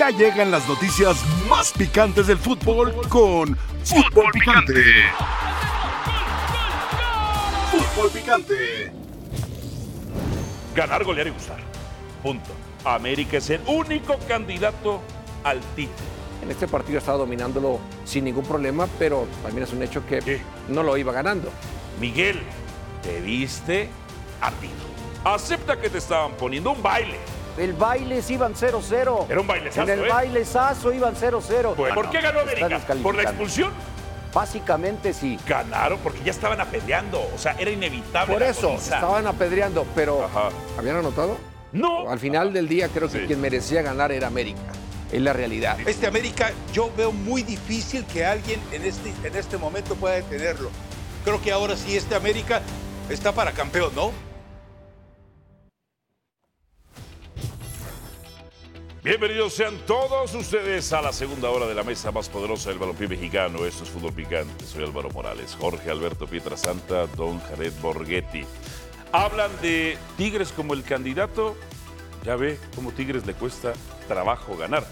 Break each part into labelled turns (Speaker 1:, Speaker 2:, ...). Speaker 1: Ya llegan las noticias más picantes del fútbol con Fútbol Picante. Fútbol Picante.
Speaker 2: Ganar, golear y gustar. Punto. América es el único candidato al título.
Speaker 3: En este partido estaba dominándolo sin ningún problema, pero también es un hecho que
Speaker 2: Sí.
Speaker 3: no lo iba ganando.
Speaker 2: Miguel, te viste ardido. Acepta que te estaban poniendo un baile.
Speaker 4: El Bailes iban 0-0.
Speaker 2: Era un bailezazo,
Speaker 4: En el
Speaker 2: ¿eh?
Speaker 4: bailezazo iban 0-0.
Speaker 2: Pues, ¿Por qué ganó
Speaker 4: Están
Speaker 2: América? ¿Por la
Speaker 4: descalificando.
Speaker 2: expulsión?
Speaker 4: Básicamente sí.
Speaker 2: Ganaron porque ya estaban apeleando. O sea, era inevitable.
Speaker 3: Por
Speaker 2: la
Speaker 3: eso
Speaker 2: goliza.
Speaker 3: estaban apedreando, pero
Speaker 2: Ajá.
Speaker 3: ¿habían anotado?
Speaker 2: No.
Speaker 3: Al final del día creo que
Speaker 2: Sí.
Speaker 3: quien merecía ganar era América. Es la realidad.
Speaker 5: Este América yo veo muy difícil que alguien en este, en este momento pueda detenerlo. Creo que ahora sí este América está para campeón, ¿no?
Speaker 2: Bienvenidos sean todos ustedes a la segunda hora de la mesa más poderosa del balompié mexicano. Esto es Fútbol Picante. Soy Álvaro Morales, Jorge Alberto Pietrasanta, Don Jared Borghetti. Hablan de Tigres como el candidato. Ya ve cómo Tigres le cuesta trabajo ganar.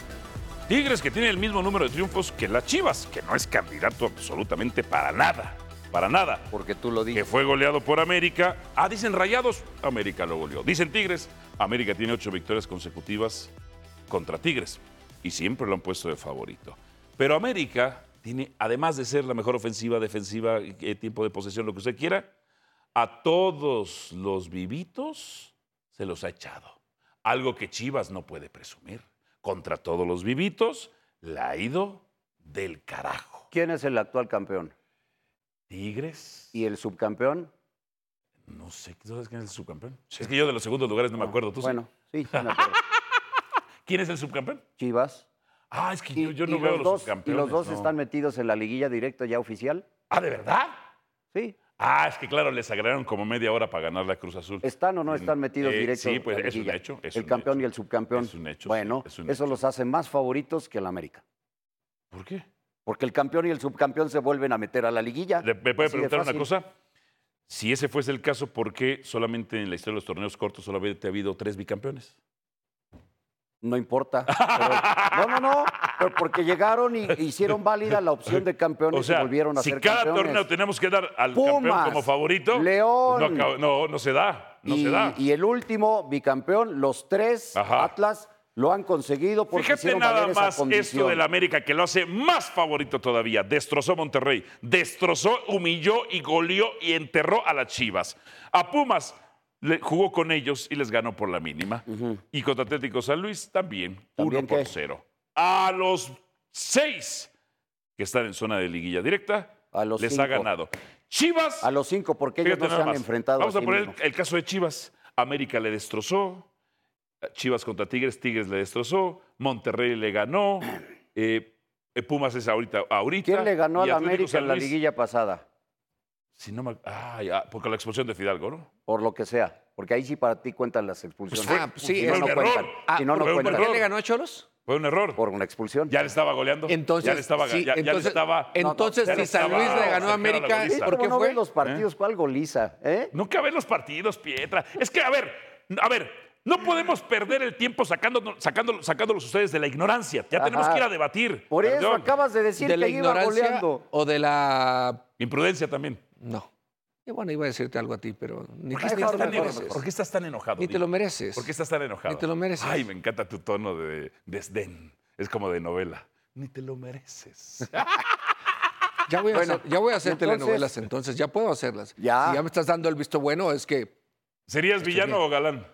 Speaker 2: Tigres que tiene el mismo número de triunfos que las Chivas, que no es candidato absolutamente para nada. Para nada
Speaker 6: Porque tú lo
Speaker 2: que
Speaker 6: dices.
Speaker 2: fue goleado por América. Ah, dicen Rayados, América lo goleó. Dicen Tigres, América tiene ocho victorias consecutivas contra Tigres y siempre lo han puesto de favorito. Pero América tiene, además de ser la mejor ofensiva, defensiva, eh, tiempo de posesión, lo que usted quiera, a todos los vivitos se los ha echado. Algo que Chivas no puede presumir. Contra todos los vivitos, la ha ido del carajo.
Speaker 4: ¿Quién es el actual campeón?
Speaker 2: Tigres.
Speaker 4: ¿Y el subcampeón?
Speaker 2: No sé, ¿tú sabes quién es el subcampeón? Es que yo de los segundos lugares no me acuerdo. ¿Tú sí?
Speaker 4: Ah, Bueno, sí, me acuerdo.
Speaker 2: ¿Quién es el subcampeón?
Speaker 4: Chivas.
Speaker 2: Ah, es que yo, yo no
Speaker 4: y
Speaker 2: veo los,
Speaker 4: los dos, y
Speaker 2: subcampeones.
Speaker 4: los dos
Speaker 2: no.
Speaker 4: están metidos en la liguilla directa ya oficial.
Speaker 2: Ah, ¿de verdad?
Speaker 4: Sí.
Speaker 2: Ah, es que claro, les agregaron como media hora para ganar la Cruz Azul.
Speaker 4: ¿Están o no están metidos
Speaker 2: Eh,
Speaker 4: directos
Speaker 2: sí, pues,
Speaker 4: en la
Speaker 2: es un
Speaker 4: liguilla?
Speaker 2: hecho, es
Speaker 4: el
Speaker 2: un
Speaker 4: campeón
Speaker 2: hecho.
Speaker 4: y el subcampeón.
Speaker 2: Es un hecho, sí,
Speaker 4: Bueno,
Speaker 2: es un
Speaker 4: eso los hace más favoritos que el América.
Speaker 2: ¿Por qué?
Speaker 4: Porque el campeón y el subcampeón se vuelven a meter a la liguilla.
Speaker 2: ¿Le- ¿Me puede
Speaker 4: Así de
Speaker 2: preguntar una
Speaker 4: fácil.
Speaker 2: cosa? Si ese fuese el caso, ¿por qué solamente en la historia de los torneos cortos solamente ha habido tres bicampeones?
Speaker 4: No importa. pero- no, no, no. Pero porque llegaron y e hicieron válida la opción de campeón
Speaker 2: O sea,
Speaker 4: y volvieron a
Speaker 2: si
Speaker 4: ser
Speaker 2: cada
Speaker 4: campeones.
Speaker 2: torneo tenemos que dar al campeón
Speaker 4: Pumas,
Speaker 2: como favorito,
Speaker 4: León.
Speaker 2: no, acaba- no, no se da, no
Speaker 4: y,
Speaker 2: se da.
Speaker 4: y el último bicampeón, los tres
Speaker 2: Ajá.
Speaker 4: Atlas lo han conseguido porque
Speaker 2: Fíjate
Speaker 4: hicieron
Speaker 2: nada
Speaker 4: valer esa
Speaker 2: más esto
Speaker 4: condición.
Speaker 2: del América que lo hace más favorito todavía. Destrozó Monterrey, destrozó, humilló y goleó y enterró a las Chivas. A Pumas le- jugó con ellos y les ganó por la mínima. Y contra Atlético San Luis también,
Speaker 4: ¿También
Speaker 2: 1 por
Speaker 4: qué?
Speaker 2: 0. A los seis que están en zona de liguilla directa,
Speaker 4: A los
Speaker 2: les ha
Speaker 4: cinco.
Speaker 2: ganado. Chivas
Speaker 4: A los cinco, porque ellos
Speaker 2: Fíjate
Speaker 4: no se
Speaker 2: nada
Speaker 4: han
Speaker 2: más.
Speaker 4: enfrentado.
Speaker 2: Vamos a
Speaker 4: sí
Speaker 2: poner
Speaker 4: mismo.
Speaker 2: el caso de Chivas. América le destrozó. Chivas contra Tigres, Tigres le destrozó. Monterrey le ganó. eh, eh, Pumas es ahorita. ahorita
Speaker 4: ¿Quién le ganó
Speaker 2: y
Speaker 4: al
Speaker 2: Atlético
Speaker 4: América
Speaker 2: San
Speaker 4: en la
Speaker 2: Luis,
Speaker 4: liguilla pasada?
Speaker 2: si no me- ay, ah, porque la expulsión de Fidalgo, ¿no?
Speaker 4: Por lo que sea. Porque ahí sí para ti cuentan las expulsiones.
Speaker 2: Pues fue-
Speaker 3: Ah, sí, fue
Speaker 4: Si no,
Speaker 3: un
Speaker 4: no
Speaker 2: error.
Speaker 4: cuentan.
Speaker 2: Ah,
Speaker 4: Si no, no
Speaker 2: fue un
Speaker 4: cuentan.
Speaker 2: error.
Speaker 3: ¿Quién le ganó a Cholos?
Speaker 2: Fue un error.
Speaker 4: Por una expulsión.
Speaker 2: Ya le estaba goleando.
Speaker 3: Entonces,
Speaker 2: ya le estaba,
Speaker 3: sí,
Speaker 2: ya- ya le
Speaker 3: entonces-
Speaker 2: estaba-
Speaker 3: entonces,
Speaker 2: ya
Speaker 3: si San
Speaker 2: estaba
Speaker 3: Luis le ganó a
Speaker 2: cercana la
Speaker 3: América,
Speaker 2: goliza.
Speaker 4: ¿Sí?
Speaker 3: ¿por
Speaker 4: ¿Cómo
Speaker 3: qué
Speaker 4: no
Speaker 3: fue?
Speaker 4: ves los partidos? ¿Cuál goliza? ¿Eh?
Speaker 2: No caben los partidos, Pietra. Es que, a ver, a ver, no podemos perder el tiempo sacándonos- sacándolo- sacándolos ustedes de la ignorancia. Ya tenemos
Speaker 4: Ajá.
Speaker 2: que ir a debatir.
Speaker 4: Por eso
Speaker 2: Perdón.
Speaker 4: acabas de decir
Speaker 3: ¿De la
Speaker 4: que iba
Speaker 3: ignorancia
Speaker 4: goleando.
Speaker 3: o de la
Speaker 2: Imprudencia también.
Speaker 3: No. Y bueno, iba a decirte algo a ti, pero ni,
Speaker 2: ¿Por
Speaker 3: ni
Speaker 2: qué,
Speaker 4: Ay,
Speaker 3: te,
Speaker 2: estás tan
Speaker 3: lo
Speaker 4: Jorge, Jorge,
Speaker 3: mereces.
Speaker 2: enojado? ¿Por qué estás tan enojado?
Speaker 3: Ni te
Speaker 2: Dino?
Speaker 3: lo mereces.
Speaker 2: ¿Por qué estás tan enojado?
Speaker 3: Ni te lo mereces.
Speaker 2: Ay, me encanta tu tono de desdén. Es como de novela. Ni te lo mereces.
Speaker 3: Ya voy a
Speaker 4: Bueno,
Speaker 3: hacer, ya voy a hacer
Speaker 4: entonces-
Speaker 3: telenovelas entonces, ya puedo hacerlas.
Speaker 4: Ya.
Speaker 3: Si ya me estás dando el visto bueno, es que
Speaker 2: ¿Serías villano o galán?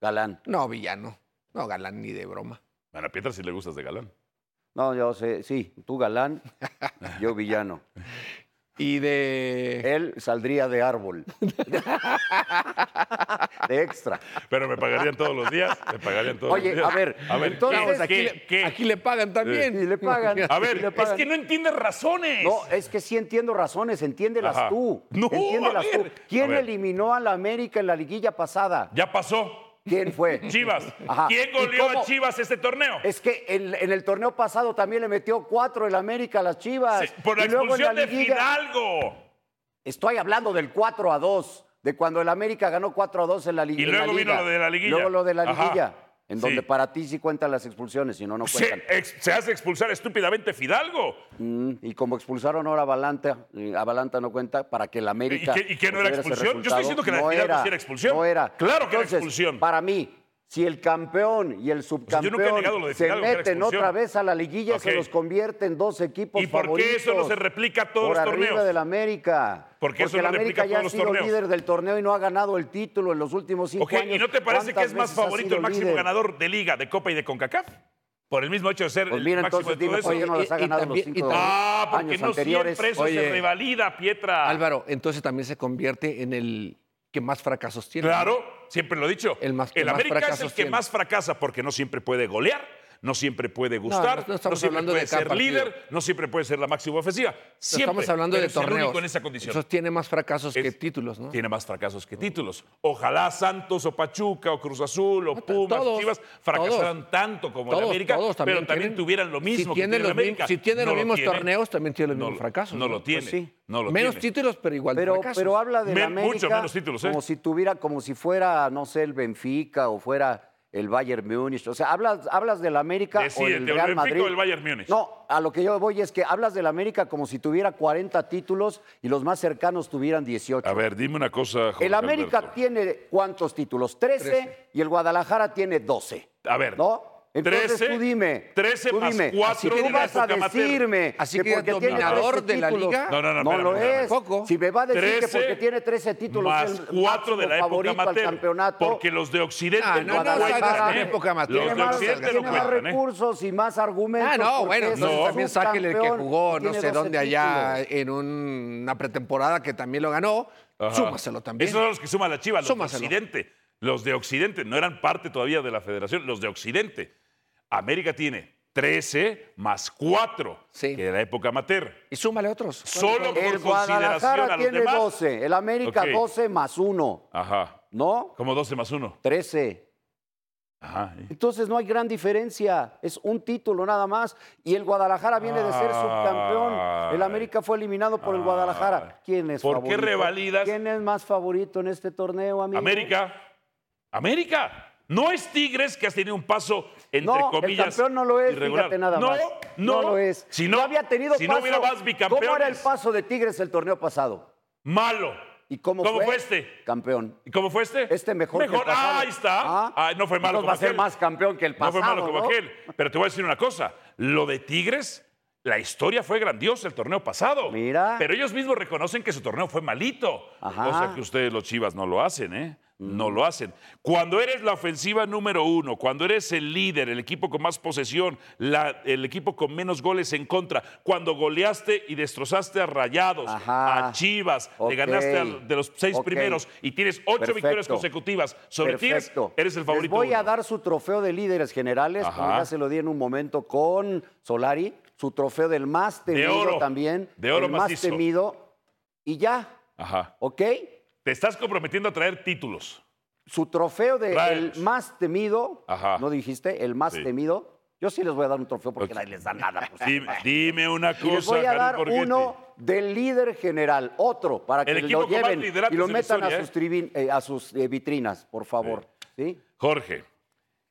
Speaker 4: Galán.
Speaker 3: no, villano. No, galán ni de broma.
Speaker 2: Bueno, a Pietra sí le gustas de galán.
Speaker 4: No, yo sé, sí, tú galán, yo villano.
Speaker 3: Y de
Speaker 4: Él saldría de árbol. De extra.
Speaker 2: Pero me pagarían todos los días. Me pagarían todos
Speaker 4: Oye,
Speaker 2: los días.
Speaker 4: a ver,
Speaker 2: ¿qué,
Speaker 4: entonces,
Speaker 2: ¿qué,
Speaker 3: pues, aquí, le,
Speaker 2: qué?
Speaker 3: aquí le pagan también.
Speaker 4: Y le pagan.
Speaker 2: A
Speaker 4: y
Speaker 2: ver,
Speaker 4: le
Speaker 2: es
Speaker 4: pagan.
Speaker 2: que no entiendes razones.
Speaker 4: No, es que sí entiendo razones, entiéndelas
Speaker 2: Ajá.
Speaker 4: tú.
Speaker 2: No,
Speaker 4: entiéndelas
Speaker 2: a ver,
Speaker 4: tú.
Speaker 2: a
Speaker 4: ¿Quién
Speaker 2: ver.
Speaker 4: eliminó a la América en la liguilla pasada?
Speaker 2: Ya pasó.
Speaker 4: ¿Quién fue?
Speaker 2: Chivas.
Speaker 4: Ajá.
Speaker 2: ¿Quién
Speaker 4: ¿Y
Speaker 2: goleó a
Speaker 4: cómo?
Speaker 2: Chivas este torneo?
Speaker 4: Es que en, en el torneo pasado también le metió cuatro el América a las Chivas.
Speaker 2: Sí, por la
Speaker 4: Y luego en
Speaker 2: expulsión de
Speaker 4: liguilla-
Speaker 2: Fidalgo.
Speaker 4: Estoy hablando del 4 a 2, de cuando el América ganó 4 a 2 en la, li-
Speaker 2: Y
Speaker 4: en la
Speaker 2: luego
Speaker 4: liga.
Speaker 2: vino lo de la liguilla.
Speaker 4: Luego lo de la
Speaker 2: Ajá.
Speaker 4: liguilla. en
Speaker 2: Sí.
Speaker 4: donde para ti sí cuentan las expulsiones, si no, no
Speaker 2: Se,
Speaker 4: cuentan.
Speaker 2: ex- se hace expulsar estúpidamente Fidalgo.
Speaker 4: Mm, y como expulsaron ahora a Valanta, eh, a Valanta no cuenta para que el América.
Speaker 2: ¿Y qué- y qué no era
Speaker 4: obtuviera ese
Speaker 2: expulsión? Yo estoy
Speaker 4: resultado.
Speaker 2: diciendo que la de Fidalgo sí era expulsión.
Speaker 4: No era.
Speaker 2: Claro que era
Speaker 4: Entonces,
Speaker 2: expulsión. Pues
Speaker 4: Para mí. Si el campeón y el
Speaker 2: yo nunca he
Speaker 4: subcampeón
Speaker 2: negado lo de
Speaker 4: se
Speaker 2: Fidalgo, que era
Speaker 4: meten
Speaker 2: expulsión.
Speaker 4: otra vez a la liguilla,
Speaker 2: Ok.
Speaker 4: se los convierte en dos equipos
Speaker 2: ¿Y por qué eso no se
Speaker 4: favoritos
Speaker 2: replica a todos
Speaker 4: por
Speaker 2: los
Speaker 4: arriba
Speaker 2: torneos?
Speaker 4: del América.
Speaker 2: ¿Por qué eso
Speaker 4: Porque el
Speaker 2: no replica
Speaker 4: América
Speaker 2: a
Speaker 4: ya ha
Speaker 2: todos los
Speaker 4: sido
Speaker 2: torneos?
Speaker 4: líder del torneo y no ha ganado el título en los últimos cinco
Speaker 2: Ok,
Speaker 4: años.
Speaker 2: ¿y no te parece que
Speaker 4: ¿Cuántas
Speaker 2: es más
Speaker 4: veces ha
Speaker 2: favorito
Speaker 4: sido
Speaker 2: el máximo
Speaker 4: líder?
Speaker 2: ganador de Liga, de Copa y de CONCACAF? Por el mismo hecho de ser
Speaker 4: Pues
Speaker 2: el
Speaker 4: mira,
Speaker 2: máximo
Speaker 4: entonces
Speaker 2: de todo
Speaker 4: dime por qué
Speaker 2: eso.
Speaker 4: no las ha
Speaker 3: Oye, y- y
Speaker 4: ganado en los
Speaker 3: también- y
Speaker 4: cinco
Speaker 3: también-
Speaker 2: Ah, porque
Speaker 4: años
Speaker 2: no
Speaker 4: anteriores.
Speaker 2: siempre eso se
Speaker 3: Oye.
Speaker 2: revalida, Pietra.
Speaker 3: Álvaro, entonces también se convierte en el que más fracasos tiene.
Speaker 2: Claro, siempre lo he dicho.
Speaker 3: El más- el más
Speaker 2: América es el
Speaker 3: fracasos
Speaker 2: que
Speaker 3: tiene.
Speaker 2: más fracasa porque no siempre puede golear, no siempre puede gustar, no,
Speaker 3: no estamos
Speaker 2: siempre
Speaker 3: hablando
Speaker 2: puede
Speaker 3: de cada
Speaker 2: ser
Speaker 3: partido.
Speaker 2: líder, no siempre puede ser la máxima ofensiva. Siempre,
Speaker 3: Estamos hablando
Speaker 2: pero
Speaker 3: de
Speaker 2: es el
Speaker 3: torneos.
Speaker 2: único en esa condición.
Speaker 3: Entonces tiene más fracasos que
Speaker 2: Es-
Speaker 3: títulos, ¿no?
Speaker 2: Tiene más fracasos que títulos. Ojalá Santos o Pachuca o Cruz Azul o Pumas
Speaker 3: todos,
Speaker 2: Chivas fracasaran
Speaker 3: todos.
Speaker 2: tanto como el
Speaker 3: Todos,
Speaker 2: América,
Speaker 3: todos también
Speaker 2: pero también
Speaker 3: tienen-
Speaker 2: tuvieran lo
Speaker 3: si
Speaker 2: mismo que
Speaker 3: tienen
Speaker 2: tiene el
Speaker 3: los mismos-
Speaker 2: América.
Speaker 3: si tienen los
Speaker 2: lo
Speaker 3: mismos
Speaker 2: tiene.
Speaker 3: torneos, también tienen los
Speaker 2: No
Speaker 3: mismos
Speaker 2: lo-
Speaker 3: fracasos,
Speaker 2: No
Speaker 3: ¿no?
Speaker 2: lo
Speaker 3: Pues
Speaker 2: tiene.
Speaker 3: sí.
Speaker 2: no lo
Speaker 3: Menos
Speaker 2: tiene.
Speaker 3: títulos, pero igual de
Speaker 4: Pero,
Speaker 3: fracasos.
Speaker 4: pero habla de
Speaker 2: Men-
Speaker 4: la América
Speaker 2: mucho menos títulos, ¿eh?
Speaker 4: como si tuviera, como si fuera, no sé, el Benfica o fuera el Bayern Múnich. O sea, hablas, hablas del América o
Speaker 2: Decídete,
Speaker 4: del
Speaker 2: ¿o el
Speaker 4: Real
Speaker 2: Benfica
Speaker 4: Madrid.
Speaker 2: o el Bayern Múnich?
Speaker 4: No, a lo que yo voy es que hablas del América como si tuviera 40 títulos y los más cercanos tuvieran 18.
Speaker 2: A ver, dime una cosa, Jorge
Speaker 4: el América
Speaker 2: Alberto.
Speaker 4: tiene cuántos títulos? 13, y el Guadalajara tiene 12.
Speaker 2: A ver,
Speaker 4: ¿No? Entonces
Speaker 2: 13,
Speaker 4: tú dime.
Speaker 2: 13
Speaker 4: tú
Speaker 2: más
Speaker 4: dime,
Speaker 2: cuatro
Speaker 4: si
Speaker 2: de
Speaker 4: tú
Speaker 2: la
Speaker 4: vas a
Speaker 2: época amateur.
Speaker 4: decirme
Speaker 3: Así
Speaker 4: que,
Speaker 3: que es
Speaker 4: porque tiene
Speaker 3: dominador
Speaker 4: 13
Speaker 3: de la
Speaker 4: títulos,
Speaker 3: liga.
Speaker 2: No, no, no,
Speaker 4: no
Speaker 2: espérame,
Speaker 4: lo
Speaker 2: espérame.
Speaker 4: es.
Speaker 3: Tampoco.
Speaker 4: Si me va a decir
Speaker 2: 13
Speaker 4: que porque tiene 13 títulos es
Speaker 2: más
Speaker 4: el
Speaker 2: cuatro de la
Speaker 4: máximo
Speaker 2: época
Speaker 4: favorito
Speaker 2: amateur,
Speaker 4: al campeonato.
Speaker 2: porque los de Occidente
Speaker 3: Ah,
Speaker 2: no,
Speaker 3: no, no,
Speaker 2: cuentan,
Speaker 4: Guadalajara
Speaker 2: ¿eh?
Speaker 3: en época amateur.
Speaker 2: Los
Speaker 4: tiene
Speaker 2: de
Speaker 4: más,
Speaker 2: Occidente
Speaker 4: tiene
Speaker 2: no
Speaker 4: más
Speaker 2: cuentan, ¿eh?
Speaker 4: recursos y más argumentos.
Speaker 3: Ah, no,
Speaker 4: porque
Speaker 3: bueno,
Speaker 4: es
Speaker 3: entonces
Speaker 2: No.
Speaker 3: también sáquenle el que
Speaker 4: subcampeón
Speaker 3: jugó,
Speaker 4: y
Speaker 3: no
Speaker 4: tiene
Speaker 3: sé
Speaker 4: 12
Speaker 3: dónde allá,
Speaker 4: títulos.
Speaker 3: en un- una pretemporada que también lo ganó,
Speaker 2: Ajá.
Speaker 3: súmaselo también.
Speaker 2: Esos son los que suman la chiva, los
Speaker 3: Súmaselo.
Speaker 2: de Occidente. Los de Occidente no eran parte todavía de la federación, los de Occidente. América tiene 13 más 4,
Speaker 3: Sí.
Speaker 2: que de la época amateur.
Speaker 3: Y súmale otros.
Speaker 2: Solo por
Speaker 4: El
Speaker 2: consideración a
Speaker 4: Guadalajara
Speaker 2: los
Speaker 4: tiene
Speaker 2: demás.
Speaker 4: 12, el América
Speaker 2: Ok.
Speaker 4: 12 más 1,
Speaker 2: Ajá.
Speaker 4: ¿no?
Speaker 2: Como 12 más 1.
Speaker 4: 13.
Speaker 2: Ajá. ¿eh?
Speaker 4: Entonces no hay gran diferencia, es un título nada más. Y el Guadalajara viene de ser subcampeón.
Speaker 2: Ay.
Speaker 4: El América fue eliminado por el
Speaker 2: Ay.
Speaker 4: Guadalajara. ¿Quién es
Speaker 2: ¿Por qué
Speaker 4: favorito?
Speaker 2: revalidas?
Speaker 4: ¿Quién es más favorito en este torneo, amigo?
Speaker 2: América. América. No es Tigres que has tenido un paso entre
Speaker 4: No,
Speaker 2: comillas.
Speaker 4: el campeón no lo es,
Speaker 2: irregular.
Speaker 4: fíjate nada
Speaker 2: no,
Speaker 4: más.
Speaker 2: No,
Speaker 4: lo es.
Speaker 2: Si no,
Speaker 4: había tenido
Speaker 2: si
Speaker 4: paso.
Speaker 2: no hubiera más bicampeones,
Speaker 4: ¿Cómo era el paso de Tigres el torneo pasado?
Speaker 2: malo.
Speaker 4: ¿Y cómo,
Speaker 2: ¿Cómo
Speaker 4: fue?
Speaker 2: fue este?
Speaker 4: Campeón.
Speaker 2: ¿Y cómo fue este?
Speaker 4: Este mejor, que el pasado.
Speaker 2: Ah, ahí está.
Speaker 4: Ah.
Speaker 2: Ah, no fue malo
Speaker 4: Entonces
Speaker 2: como
Speaker 4: va a ser
Speaker 2: aquel.
Speaker 4: más campeón que el pasado.
Speaker 2: No fue malo como
Speaker 4: ¿no?
Speaker 2: aquel. Pero te voy a decir una cosa. Lo de Tigres, la historia fue grandiosa el torneo pasado.
Speaker 4: Mira.
Speaker 2: Pero ellos mismos reconocen que su torneo fue malito.
Speaker 4: Ajá. Mm.
Speaker 2: Cosa que ustedes los Chivas no lo hacen, ¿eh? No lo hacen. Cuando eres la ofensiva número uno, cuando eres el líder, el equipo con más posesión, la- el equipo con menos goles en contra, cuando goleaste y destrozaste a Rayados,
Speaker 4: Ajá.
Speaker 2: a Chivas,
Speaker 4: Ok.
Speaker 2: le ganaste al- de los seis
Speaker 4: Ok.
Speaker 2: primeros y tienes ocho
Speaker 4: Perfecto.
Speaker 2: victorias consecutivas sobre Tigres,
Speaker 4: Perfecto.
Speaker 2: eres el
Speaker 4: Les
Speaker 2: favorito.
Speaker 4: voy a
Speaker 2: uno.
Speaker 4: dar su trofeo de líderes generales, como
Speaker 2: Ajá.
Speaker 4: ya se lo di en un momento con Solari, su trofeo del más
Speaker 2: De
Speaker 4: temido
Speaker 2: oro.
Speaker 4: también.
Speaker 2: De oro
Speaker 4: el más
Speaker 2: macizo.
Speaker 4: temido. Y ya,
Speaker 2: Ajá.
Speaker 4: ¿ok?
Speaker 2: Te estás comprometiendo a traer títulos.
Speaker 4: Su trofeo de
Speaker 2: Tráelos.
Speaker 4: el más temido,
Speaker 2: Ajá.
Speaker 4: ¿no dijiste? El más
Speaker 2: Sí.
Speaker 4: temido. Yo sí les voy a dar un trofeo porque
Speaker 2: Ok.
Speaker 4: nadie les da nada. pues, ¿qué
Speaker 2: Dime,
Speaker 4: pasa?
Speaker 2: dime una cosa.
Speaker 4: Y les voy a
Speaker 2: Karim
Speaker 4: dar
Speaker 2: Borghetti.
Speaker 4: uno del líder general, otro, para que
Speaker 2: El equipo
Speaker 4: lo
Speaker 2: con más
Speaker 4: lleven
Speaker 2: lideratos
Speaker 4: y lo
Speaker 2: de la
Speaker 4: metan
Speaker 2: historia,
Speaker 4: a
Speaker 2: ¿eh?
Speaker 4: sus, tribin- eh, a sus eh, vitrinas, por favor. ¿Sí?
Speaker 2: Jorge,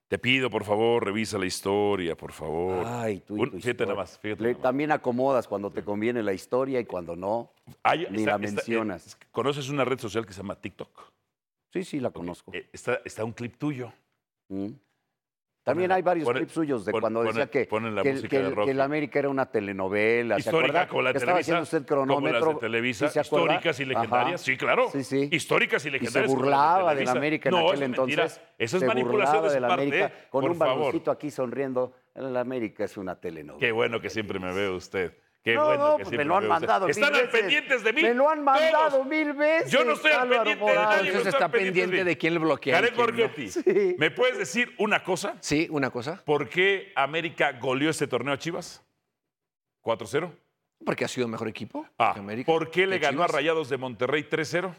Speaker 2: te pido, por favor, revisa la historia, por favor.
Speaker 4: Ay, tú y
Speaker 2: Un-
Speaker 4: tu
Speaker 2: Fíjate nada
Speaker 4: historia.
Speaker 2: más, fíjate
Speaker 4: Le-
Speaker 2: nada más.
Speaker 4: También acomodas cuando te conviene la historia y cuando no,
Speaker 2: Hay-
Speaker 4: ni
Speaker 2: está- está-
Speaker 4: la mencionas.
Speaker 2: eh, ¿Conoces una red social que se llama TikTok?
Speaker 4: sí, sí, la conozco.
Speaker 2: Eh, está, está un clip tuyo.
Speaker 4: Mm. También
Speaker 2: la-
Speaker 4: hay varios
Speaker 2: pone-
Speaker 4: clips suyos de
Speaker 2: pon-
Speaker 4: cuando
Speaker 2: pone-
Speaker 4: decía que,
Speaker 2: ponen la
Speaker 4: que el-
Speaker 2: música
Speaker 4: que
Speaker 2: de
Speaker 4: el-
Speaker 2: Rocky.
Speaker 4: que el América era una telenovela. ¿se
Speaker 2: Histórica
Speaker 4: acuerda?
Speaker 2: como la de
Speaker 4: Que estaba haciendo
Speaker 2: Televisa.
Speaker 4: usted
Speaker 2: Como
Speaker 4: cronómetro.
Speaker 2: las de Televisa.
Speaker 4: ¿sí se acuerda?
Speaker 2: históricas y
Speaker 4: Ajá.
Speaker 2: legendarias. Sí, claro.
Speaker 4: Sí, sí.
Speaker 2: Históricas y
Speaker 4: Y
Speaker 2: legendarias.
Speaker 4: se
Speaker 2: como las de
Speaker 4: burlaba del
Speaker 2: Televisa.
Speaker 4: América en
Speaker 2: No,
Speaker 4: aquel
Speaker 2: es mentira.
Speaker 4: entonces.
Speaker 2: Eso es
Speaker 4: se
Speaker 2: manipulación
Speaker 4: burlaba
Speaker 2: de su
Speaker 4: del
Speaker 2: parte.
Speaker 4: América
Speaker 2: ¿eh?
Speaker 4: con
Speaker 2: por
Speaker 4: un
Speaker 2: favor.
Speaker 4: baloncito aquí sonriendo. El América es una telenovela.
Speaker 2: Qué bueno que siempre me ve usted. Qué
Speaker 4: no,
Speaker 2: bueno
Speaker 4: no,
Speaker 2: que
Speaker 4: pues me
Speaker 2: siempre
Speaker 4: lo han
Speaker 2: ve usted.
Speaker 4: mandado
Speaker 2: Están
Speaker 4: mil
Speaker 2: al
Speaker 4: veces.
Speaker 2: pendientes de mí.
Speaker 4: Me lo han mandado
Speaker 2: todos.
Speaker 4: mil veces.
Speaker 2: Yo no estoy al
Speaker 4: Álvaro
Speaker 2: pendiente de
Speaker 4: Morales.
Speaker 2: nadie.
Speaker 3: Entonces
Speaker 2: no
Speaker 3: está
Speaker 2: estoy
Speaker 3: pendiente de quién le bloquea y
Speaker 2: Karen
Speaker 3: quién no.
Speaker 2: Borghetti,
Speaker 4: Sí.
Speaker 2: ¿me puedes decir una cosa?
Speaker 3: Sí, una cosa.
Speaker 2: ¿Por qué América goleó este torneo a Chivas? ¿4-0?
Speaker 3: Porque ha sido mejor equipo.
Speaker 2: Ah,
Speaker 3: que América,
Speaker 2: ¿Por qué le
Speaker 3: que
Speaker 2: ganó a
Speaker 3: Chivas.
Speaker 2: Rayados de Monterrey 3-0?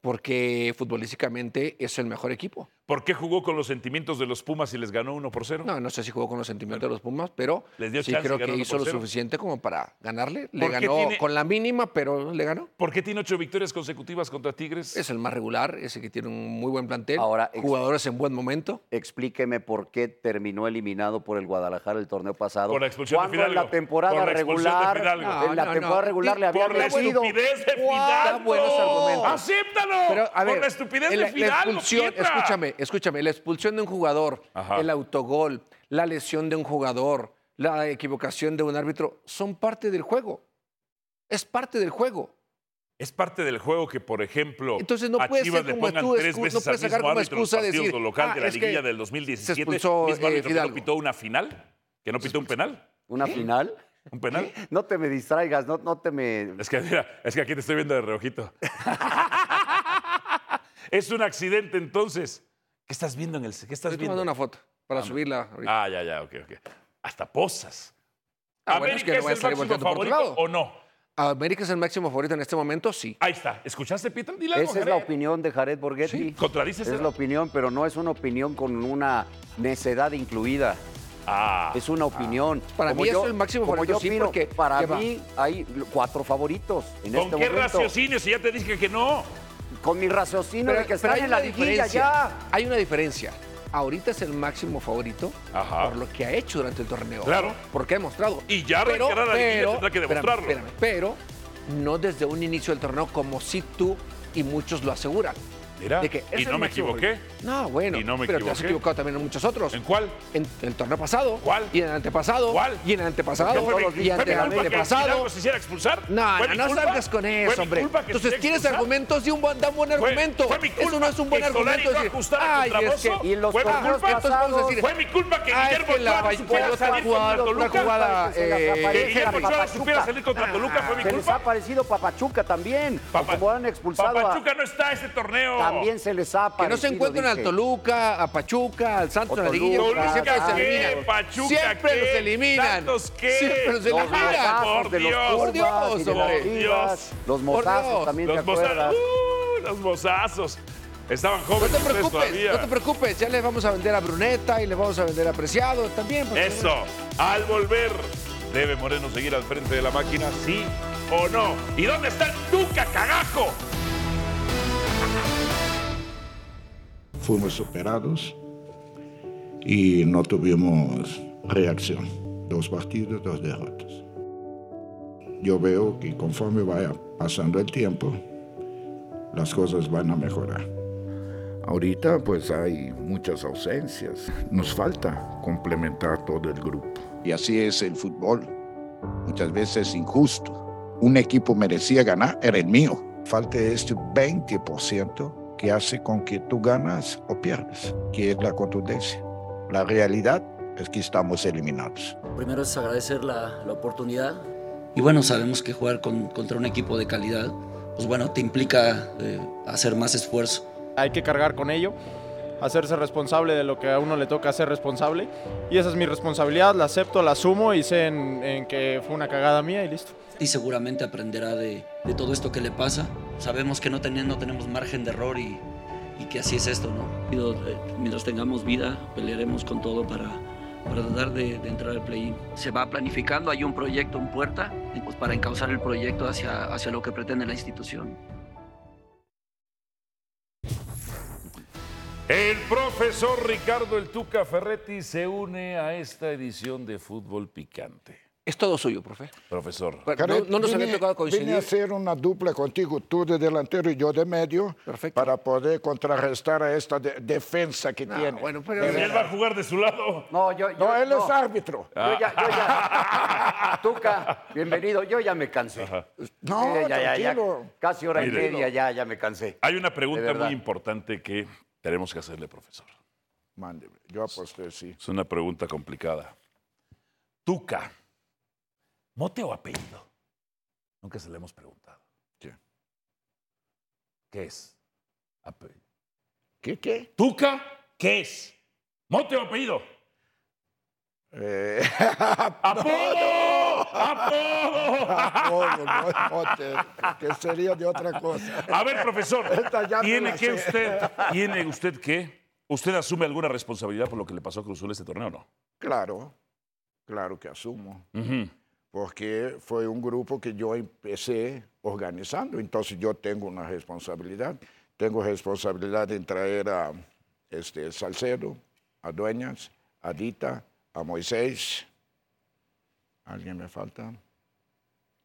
Speaker 3: Porque futbolísticamente es el mejor equipo.
Speaker 2: ¿Por qué jugó con los sentimientos de los Pumas y les ganó 1 por 0?
Speaker 3: No, no sé si jugó con los sentimientos de los Pumas, pero
Speaker 2: Les dio
Speaker 3: sí
Speaker 2: chance,
Speaker 3: creo que
Speaker 2: ganaron
Speaker 3: hizo
Speaker 2: por
Speaker 3: lo
Speaker 2: cero.
Speaker 3: suficiente como para ganarle. Le
Speaker 2: ¿Por qué
Speaker 3: ganó
Speaker 2: tiene-
Speaker 3: con la mínima, pero le ganó.
Speaker 2: ¿Por qué tiene ocho victorias consecutivas contra Tigres?
Speaker 3: Es el más regular, ese que tiene un muy buen plantel.
Speaker 4: Ahora, ex-
Speaker 3: jugadores en buen momento.
Speaker 4: Explíqueme por qué terminó eliminado por el Guadalajara el torneo pasado.
Speaker 2: Por la expulsión de
Speaker 4: Cuando en la
Speaker 2: Fidalgo. Por
Speaker 4: temporada
Speaker 2: la expulsión de
Speaker 4: regular,
Speaker 2: Fidalgo.
Speaker 3: No,
Speaker 4: en la
Speaker 3: no,
Speaker 4: temporada
Speaker 3: no.
Speaker 4: regular le
Speaker 3: Y
Speaker 4: habían
Speaker 2: por la
Speaker 4: metido.
Speaker 2: estupidez de
Speaker 4: Está
Speaker 2: Fidalgo.
Speaker 4: buenos argumentos.
Speaker 2: ¡Acéptalo!
Speaker 3: Pero, a ver,
Speaker 2: por la estupidez
Speaker 3: el-
Speaker 2: de Fidalgo,
Speaker 3: expulsión,
Speaker 2: Pietra.
Speaker 3: escúchame, escúchame, la expulsión de un jugador,
Speaker 2: Ajá.
Speaker 3: el autogol, la lesión de un jugador, la equivocación de un árbitro, son parte del juego. Es parte del juego.
Speaker 2: Es parte del juego que, por ejemplo,
Speaker 3: Entonces no
Speaker 2: a
Speaker 3: puede
Speaker 2: Chivas
Speaker 3: ser
Speaker 2: le
Speaker 3: como
Speaker 2: pongan
Speaker 3: tú,
Speaker 2: tres veces
Speaker 3: excu- no puedes
Speaker 2: al mismo
Speaker 3: sacar como
Speaker 2: árbitro en los
Speaker 3: excusa
Speaker 2: partidos
Speaker 3: decir,
Speaker 2: local de
Speaker 3: "Ah,
Speaker 2: la
Speaker 3: es que
Speaker 2: liguilla del 2017.
Speaker 3: se expulsó,
Speaker 2: mismo
Speaker 3: eh,
Speaker 2: árbitro que no
Speaker 3: Fidalgo".
Speaker 2: pitó una final, que no pitó un penal.
Speaker 4: ¿Una final?
Speaker 2: ¿Un penal?
Speaker 4: No te me distraigas, no, no te me.
Speaker 2: Es que, mira, es que aquí te estoy viendo de reojito. es un accidente, entonces. ¿Qué estás viendo en el... ¿Qué estás
Speaker 3: Estoy
Speaker 2: viendo?
Speaker 3: tomando una foto para subirla ahorita.
Speaker 2: Ah, ya, ya, ok, ok. Hasta posas.
Speaker 3: Ah, bueno, es
Speaker 2: ¿América
Speaker 3: que no
Speaker 2: es,
Speaker 3: vaya a salir
Speaker 2: el máximo
Speaker 3: volteando por otro
Speaker 2: favorito
Speaker 3: lado.
Speaker 2: o no?
Speaker 3: América es el máximo favorito en este momento, sí.
Speaker 2: Ahí está. ¿Escuchaste, Peter? Dile algo,
Speaker 4: Esa es la
Speaker 2: Jared.
Speaker 4: opinión de Jared Borghetti.
Speaker 2: Sí, contradices
Speaker 4: Es
Speaker 2: el-
Speaker 4: la opinión, pero no es una opinión con una necedad incluida.
Speaker 2: Ah,
Speaker 4: Es una opinión.
Speaker 3: pues Para
Speaker 4: Como
Speaker 3: mí es el máximo
Speaker 4: como
Speaker 3: favorito,
Speaker 4: yo
Speaker 3: sí,
Speaker 4: opino,
Speaker 3: porque
Speaker 4: para
Speaker 3: lleva-
Speaker 4: mí hay cuatro favoritos en
Speaker 2: ¿Con
Speaker 4: este
Speaker 2: qué
Speaker 4: momento.
Speaker 2: raciocinio si ya te dije que no?
Speaker 4: Con mi raciocinio de que están
Speaker 3: hay
Speaker 4: en la
Speaker 3: una
Speaker 4: liguilla
Speaker 3: diferencia.
Speaker 4: ya.
Speaker 3: Hay una diferencia. Ahorita es el máximo favorito
Speaker 2: Ajá.
Speaker 3: por lo que ha hecho durante el torneo.
Speaker 2: Claro.
Speaker 3: Porque ha demostrado.
Speaker 2: Y ya arrancará la liguilla, tendrá que demostrarlo.
Speaker 3: pero no desde un inicio del torneo como si tú y muchos lo aseguran.
Speaker 2: Mira,
Speaker 3: De que es
Speaker 2: y
Speaker 3: el
Speaker 2: no me
Speaker 3: máximo
Speaker 2: equivoqué.
Speaker 3: favorito. No, bueno.
Speaker 2: Y no me
Speaker 3: pero te has
Speaker 2: equivoqué.
Speaker 3: equivocado también en muchos otros.
Speaker 2: ¿En cuál?
Speaker 3: En el torneo pasado.
Speaker 2: ¿Cuál?
Speaker 3: Y en el antepasado.
Speaker 2: ¿Cuál?
Speaker 3: Y en el antepasado.
Speaker 2: ¿Por qué fue mi-
Speaker 3: y en
Speaker 2: fue mi
Speaker 3: el
Speaker 2: culpa que
Speaker 3: antepasado.
Speaker 2: Fidalgo se hiciera expulsar?
Speaker 3: No,
Speaker 2: ¿Fue
Speaker 3: no,
Speaker 2: mi
Speaker 3: no
Speaker 2: culpa?
Speaker 3: salgas con eso,
Speaker 2: ¿Fue mi
Speaker 3: hombre.
Speaker 2: culpa que se
Speaker 3: Entonces,
Speaker 2: hiciera
Speaker 3: ¿quieres
Speaker 2: expulsar?
Speaker 3: argumentos? Di un buen, da un buen
Speaker 2: Fue-
Speaker 3: argumento.
Speaker 2: fue mi culpa
Speaker 3: eso no es un buen
Speaker 2: que Solari
Speaker 3: argumento.
Speaker 2: no
Speaker 3: decir,
Speaker 2: ajustara
Speaker 3: "Ay,
Speaker 2: contra
Speaker 3: es que-
Speaker 2: Bozo".
Speaker 4: Y los
Speaker 2: ¿Fue mi
Speaker 4: torneos
Speaker 2: culpa?
Speaker 3: Entonces vamos a
Speaker 4: pasados.
Speaker 3: decir,
Speaker 2: Fue mi culpa que
Speaker 3: Ah, es
Speaker 2: Guillermo
Speaker 3: que la
Speaker 2: Ochoa no supiera
Speaker 3: falló
Speaker 2: salir
Speaker 3: tal
Speaker 2: contra
Speaker 3: cual, una
Speaker 2: Toluca.
Speaker 3: jugada.
Speaker 4: Se las
Speaker 3: eh,
Speaker 2: Que
Speaker 4: aparece
Speaker 3: Guillermo
Speaker 2: Guillermo
Speaker 4: la
Speaker 2: Ochoa no supiera
Speaker 4: Papachuca.
Speaker 2: salir contra Toluca fue mi
Speaker 4: Se les ha
Speaker 2: culpa.
Speaker 4: parecido Papachuca también. o
Speaker 2: Papa-
Speaker 4: como han expulsado a-
Speaker 2: Papachuca no está este torneo.
Speaker 4: También se les ha
Speaker 3: Que no
Speaker 4: parecido.
Speaker 3: se encuentran al
Speaker 4: dije.
Speaker 3: Toluca, a Pachuca, al Santos,
Speaker 4: O
Speaker 3: a la Liguilla,
Speaker 4: Toluca,
Speaker 3: porque siempre los
Speaker 4: ¿qué?
Speaker 3: eliminan.
Speaker 2: Pachuca,
Speaker 3: siempre
Speaker 2: ¿qué?
Speaker 3: los eliminan.
Speaker 2: ¿Santos qué?
Speaker 3: Siempre los
Speaker 2: Los
Speaker 4: Los
Speaker 3: eliminan.
Speaker 2: Por
Speaker 4: mozazos de los
Speaker 2: Dios.
Speaker 3: Por
Speaker 4: Pumas y
Speaker 3: Dios,
Speaker 4: de las
Speaker 3: hombre.
Speaker 4: Chivas, Los
Speaker 3: Por Dios.
Speaker 4: mozazos también, ¿te
Speaker 2: Los mozazos.
Speaker 4: acuerdas?
Speaker 2: ¡Uh! los mozazos. Estaban
Speaker 3: No
Speaker 2: jóvenes
Speaker 3: te
Speaker 2: ustedes
Speaker 3: preocupes,
Speaker 2: todavía.
Speaker 3: no te preocupes, ya les vamos a vender a Bruneta y les vamos a vender a Preciado también. porque-
Speaker 2: Eso. Al volver, ¿debe Moreno seguir al frente de la máquina, sí o no? ¿Y dónde está el Tuca, cagajo?
Speaker 6: fuimos operados y no tuvimos reacción. Dos partidos, dos derrotas. Yo veo que conforme vaya pasando el tiempo, las cosas van a mejorar.
Speaker 7: Ahorita pues hay muchas ausencias. Nos falta complementar todo el grupo.
Speaker 8: Y así es el fútbol. Muchas veces injusto. Un equipo merecía ganar, era el mío. Falta este 20% que hace con que tú ganas o pierdes, que es la contundencia. La realidad es que estamos eliminados.
Speaker 9: Primero es agradecer la, la oportunidad. Y bueno, sabemos que jugar con- contra un equipo de calidad, pues bueno, te implica eh, hacer más esfuerzo.
Speaker 10: hay que cargar con ello, hacerse responsable de lo que a uno le toca ser responsable. Y esa es mi responsabilidad, la acepto, la asumo y sé en, en que fue una cagada mía y listo.
Speaker 9: Y seguramente aprenderá de, de todo esto que le pasa. Sabemos que no, teniendo, tenemos margen de error y, y que así es esto, ¿no? Pido, eh, Mientras tengamos vida, pelearemos con todo para, para tratar de, de entrar al play-in. Se va planificando, hay un proyecto en puerta pues, para encauzar el proyecto hacia, hacia lo que pretende la institución.
Speaker 2: El profesor Ricardo El Tuca Ferretti se une a esta edición de Fútbol Picante.
Speaker 3: Es todo suyo, profe.
Speaker 2: Profesor.
Speaker 3: Bueno, no, no nos había tocado coincidir.
Speaker 7: Vine a hacer una dupla contigo, tú de delantero y yo de medio,
Speaker 3: Perfecto.
Speaker 7: para poder contrarrestar a esta de- defensa que
Speaker 3: No,
Speaker 7: tiene.
Speaker 3: bueno, pero-
Speaker 7: De
Speaker 2: Y
Speaker 7: verdad.
Speaker 2: él va a jugar de su lado.
Speaker 4: No, yo, yo,
Speaker 7: no, él
Speaker 4: no.
Speaker 7: es árbitro.
Speaker 3: Ah.
Speaker 4: Yo ya, yo ya. Tuca, bienvenido. Yo ya me cansé.
Speaker 7: No,
Speaker 4: Sí, ya, ya, ya.
Speaker 7: tranquilo.
Speaker 4: Casi hora y
Speaker 2: Mire.
Speaker 4: media ya, ya me cansé.
Speaker 2: Hay una pregunta
Speaker 4: verdad.
Speaker 2: muy importante que tenemos que hacerle, profesor.
Speaker 7: Mándeme, yo aposté, sí.
Speaker 2: Es una pregunta complicada. Tuca, mote o apellido. Nunca se le hemos preguntado.
Speaker 7: Sí.
Speaker 2: ¿Qué es? Ape-
Speaker 7: ¿Qué, qué?
Speaker 2: ¿Tuca? ¿Qué es? ¿Mote o apellido?
Speaker 7: Eh,
Speaker 2: ¡Apodo! ¡Apodo!
Speaker 7: no, no, no, te- que sería de otra cosa.
Speaker 2: A ver, profesor,
Speaker 7: Esta ya me
Speaker 2: ¿tiene
Speaker 7: la
Speaker 2: que
Speaker 7: sé.
Speaker 2: usted, ¿tiene usted que ¿Usted asume alguna responsabilidad por lo que le pasó a Cruzul este torneo o no?
Speaker 8: Claro, claro que asumo. Porque fue un grupo que yo empecé organizando, entonces yo tengo una responsabilidad. Tengo responsabilidad en traer a este, Salcedo, a Dueñas, a Dita, a Moisés. ¿Alguien me falta?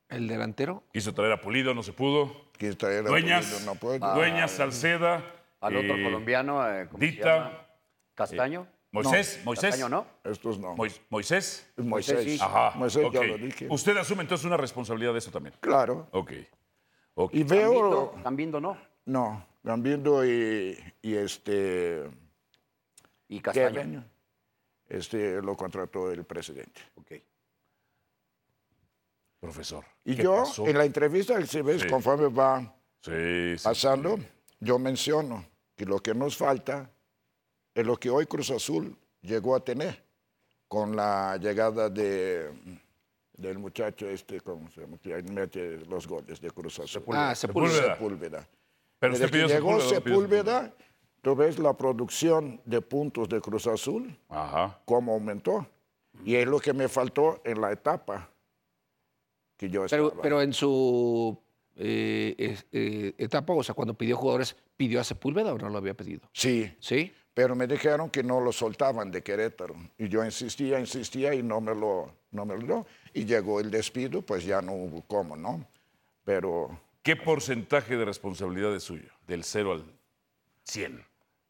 Speaker 3: ¿El delantero?
Speaker 2: Quiso traer a Pulido, no se pudo.
Speaker 8: Quiso traer a
Speaker 2: Dueñas,
Speaker 8: Pulido, no pudo.
Speaker 2: Ah, Dueñas, Salceda.
Speaker 4: Al otro
Speaker 2: eh,
Speaker 4: colombiano, eh, ¿cómo se
Speaker 2: Dita. Eh,
Speaker 4: llama? ¿Castaño?
Speaker 2: Moisés,
Speaker 4: No,
Speaker 2: Moisés.
Speaker 4: Castaño, ¿no?
Speaker 8: Estos no.
Speaker 2: Mois- Moisés.
Speaker 8: Moisés. Moisés, sí.
Speaker 2: Ajá.
Speaker 8: Moisés, ya
Speaker 2: ok.
Speaker 8: lo dije.
Speaker 2: Usted asume entonces una responsabilidad de eso también.
Speaker 8: Claro.
Speaker 2: Ok. Ok.
Speaker 8: Y veo.
Speaker 4: Cambindo no.
Speaker 8: No, Gambindo y, y este.
Speaker 4: Y Castaño.
Speaker 8: Kevin, este lo contrató el presidente.
Speaker 2: Profesor.
Speaker 8: Y
Speaker 2: ¿qué
Speaker 8: yo,
Speaker 2: pasó?
Speaker 8: en la entrevista, si ves,
Speaker 2: Sí.
Speaker 8: conforme va
Speaker 2: Sí, sí.
Speaker 8: pasando, yo menciono que lo que nos falta es lo que hoy Cruz Azul llegó a tener con la llegada de, del muchacho este, ¿cómo se llama? Que mete los goles de Cruz Azul.
Speaker 2: Sepúlveda. Ah, Sepúlveda.
Speaker 8: Sepúlveda.
Speaker 2: Pero
Speaker 8: Desde
Speaker 2: usted
Speaker 8: que
Speaker 2: pidió
Speaker 8: llegó
Speaker 2: Sepúlveda, no pidió
Speaker 8: Sepúlveda, tú ves la producción de puntos de Cruz Azul,
Speaker 2: Ajá.
Speaker 8: cómo aumentó. Y es lo que me faltó en la etapa que yo estaba.
Speaker 3: Pero, pero en su eh, es- eh, etapa, o sea, cuando pidió jugadores, ¿pidió a Sepúlveda o no lo había pedido?
Speaker 8: Sí.
Speaker 3: ¿Sí?
Speaker 8: Pero me dijeron que no lo soltaban de Querétaro. Y yo insistía, insistía y no me lo, no me lo dio. Y llegó el despido, pues ya no hubo cómo, ¿no? Pero
Speaker 2: ¿Qué porcentaje de responsabilidad es suyo? Del 0 al 100.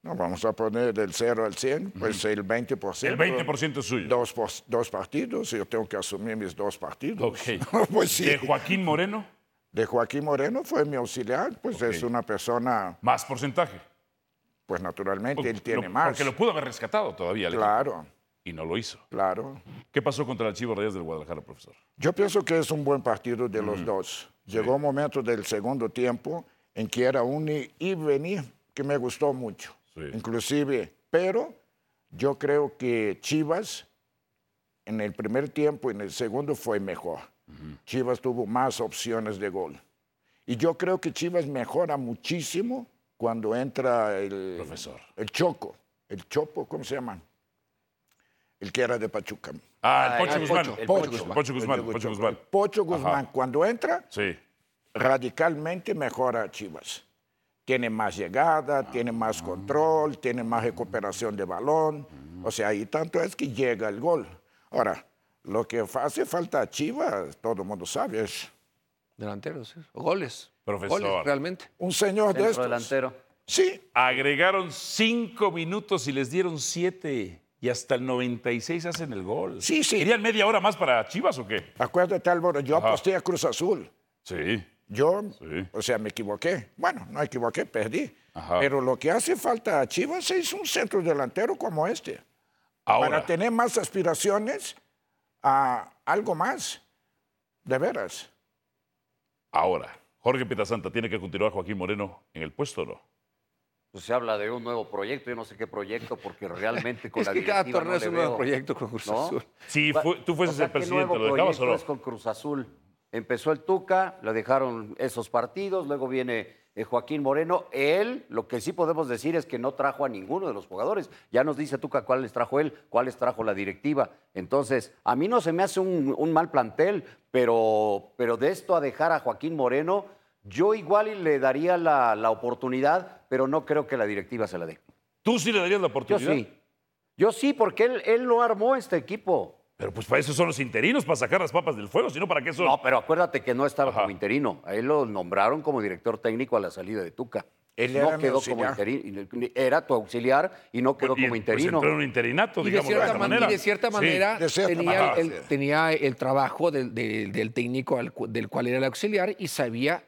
Speaker 8: no, vamos a poner del 0 al 100, pues el 20%.
Speaker 2: El 20% es suyo.
Speaker 8: Dos, pos- dos partidos, yo tengo que asumir mis dos partidos.
Speaker 2: Ok.
Speaker 8: Pues sí.
Speaker 2: ¿De Joaquín Moreno?
Speaker 8: De Joaquín Moreno fue mi auxiliar, pues es una persona,
Speaker 2: Más porcentaje.
Speaker 8: pues naturalmente, él tiene
Speaker 2: Lo-
Speaker 8: más.
Speaker 2: Porque lo pudo haber rescatado todavía. al equipo.
Speaker 8: Claro,
Speaker 2: Y no lo hizo.
Speaker 8: claro.
Speaker 2: ¿Qué pasó contra el Chivo Reyes del Guadalajara, profesor?
Speaker 8: Yo pienso que es un buen partido de
Speaker 2: Mm.
Speaker 8: los dos. Llegó un momento del segundo tiempo en que era un i- y venir que me gustó mucho.
Speaker 2: Sí.
Speaker 8: Inclusive, pero yo creo que Chivas en el primer tiempo y en el segundo fue mejor. Chivas tuvo más opciones de gol. Y yo creo que Chivas mejora muchísimo cuando entra el,
Speaker 2: Profesor.
Speaker 8: el Choco. El Chopo, ¿cómo se llama? El que era de Pachuca.
Speaker 2: Ah, el Pocho
Speaker 8: el
Speaker 2: Guzmán.
Speaker 8: Pocho,
Speaker 2: El
Speaker 8: el
Speaker 2: Pocho
Speaker 8: Pocho.
Speaker 2: Guzmán. Pocho Guzmán. Pocho Guzmán.
Speaker 8: Pocho Guzmán, cuando entra,
Speaker 2: Sí.
Speaker 8: radicalmente mejora a Chivas. Tiene más llegada, tiene
Speaker 2: Ah.
Speaker 8: más control, tiene más recuperación de balón. O sea, y tanto es que llega el gol. Ahora, lo que hace falta a Chivas, todo el mundo sabe, es
Speaker 3: Delanteros, ¿eh? O goles.
Speaker 2: Profesor.
Speaker 3: Goles, realmente.
Speaker 8: un señor de
Speaker 4: Centro
Speaker 8: estos.
Speaker 4: delantero.
Speaker 8: Sí,
Speaker 2: Agregaron cinco minutos y les dieron siete. Y hasta el 96 hacen el gol.
Speaker 8: Sí, sí.
Speaker 2: ¿Querían media hora más para Chivas o qué?
Speaker 8: acuérdate, Álvaro, yo aposté a Cruz Azul.
Speaker 2: Sí.
Speaker 8: Yo,
Speaker 2: Sí.
Speaker 8: o sea, me equivoqué. Bueno, no equivoqué, perdí.
Speaker 2: Ajá.
Speaker 8: Pero lo que hace falta a Chivas es un centro delantero como este.
Speaker 2: Ahora,
Speaker 8: para tener más aspiraciones a algo más. De veras.
Speaker 2: ahora. Jorge Pietrasanta, ¿tiene que continuar Joaquín Moreno en el puesto o no?
Speaker 4: Pues se habla de un nuevo proyecto, yo no sé qué proyecto, porque realmente con
Speaker 3: Es
Speaker 4: la
Speaker 3: que cada
Speaker 4: directiva
Speaker 3: torneo
Speaker 4: no
Speaker 3: es
Speaker 4: le
Speaker 3: un nuevo
Speaker 4: veo.
Speaker 3: proyecto con Cruz
Speaker 4: ¿No?
Speaker 3: Azul.
Speaker 2: Si
Speaker 4: Va-
Speaker 2: fu- tú fueses
Speaker 4: o sea,
Speaker 2: el
Speaker 4: ¿qué
Speaker 2: presidente,
Speaker 4: nuevo
Speaker 2: ¿lo dejabas o
Speaker 4: proyecto
Speaker 2: no?
Speaker 4: es con Cruz Azul. Empezó el Tuca, lo dejaron esos partidos, luego viene eh, Joaquín Moreno. Él, lo que sí podemos decir es que no trajo a ninguno de los jugadores. Ya nos dice Tuca cuáles trajo él, cuáles trajo la directiva. Entonces, a mí no se me hace un, un mal plantel, pero, pero de esto a dejar a Joaquín Moreno, yo igual y le daría la, la oportunidad, pero no creo que la directiva se la dé.
Speaker 2: ¿Tú sí le darías la
Speaker 4: Yo
Speaker 2: oportunidad?
Speaker 4: sí. Yo sí, porque él, él no armó este equipo.
Speaker 2: Pero pues para eso son los interinos, para sacar las papas del fuego, sino para qué son.
Speaker 4: No, pero acuérdate que no estaba
Speaker 2: Ajá.
Speaker 4: como interino. A él lo nombraron como director técnico a la salida de Tuca.
Speaker 8: Él era
Speaker 4: no
Speaker 8: mi
Speaker 4: quedó como
Speaker 8: auxiliar.
Speaker 4: interino. Era tu auxiliar y no quedó
Speaker 2: Y,
Speaker 4: como
Speaker 2: pues,
Speaker 4: interino.
Speaker 2: entró en un interinato,
Speaker 3: Y de,
Speaker 2: digamos, de,
Speaker 3: cierta
Speaker 2: esa
Speaker 3: man- y
Speaker 2: manera.
Speaker 3: de cierta
Speaker 2: Sí.
Speaker 3: manera,
Speaker 8: de cierta
Speaker 3: tenía,
Speaker 8: manera.
Speaker 3: el, tenía el trabajo del, del- del técnico al cu- del cual era el auxiliar y sabía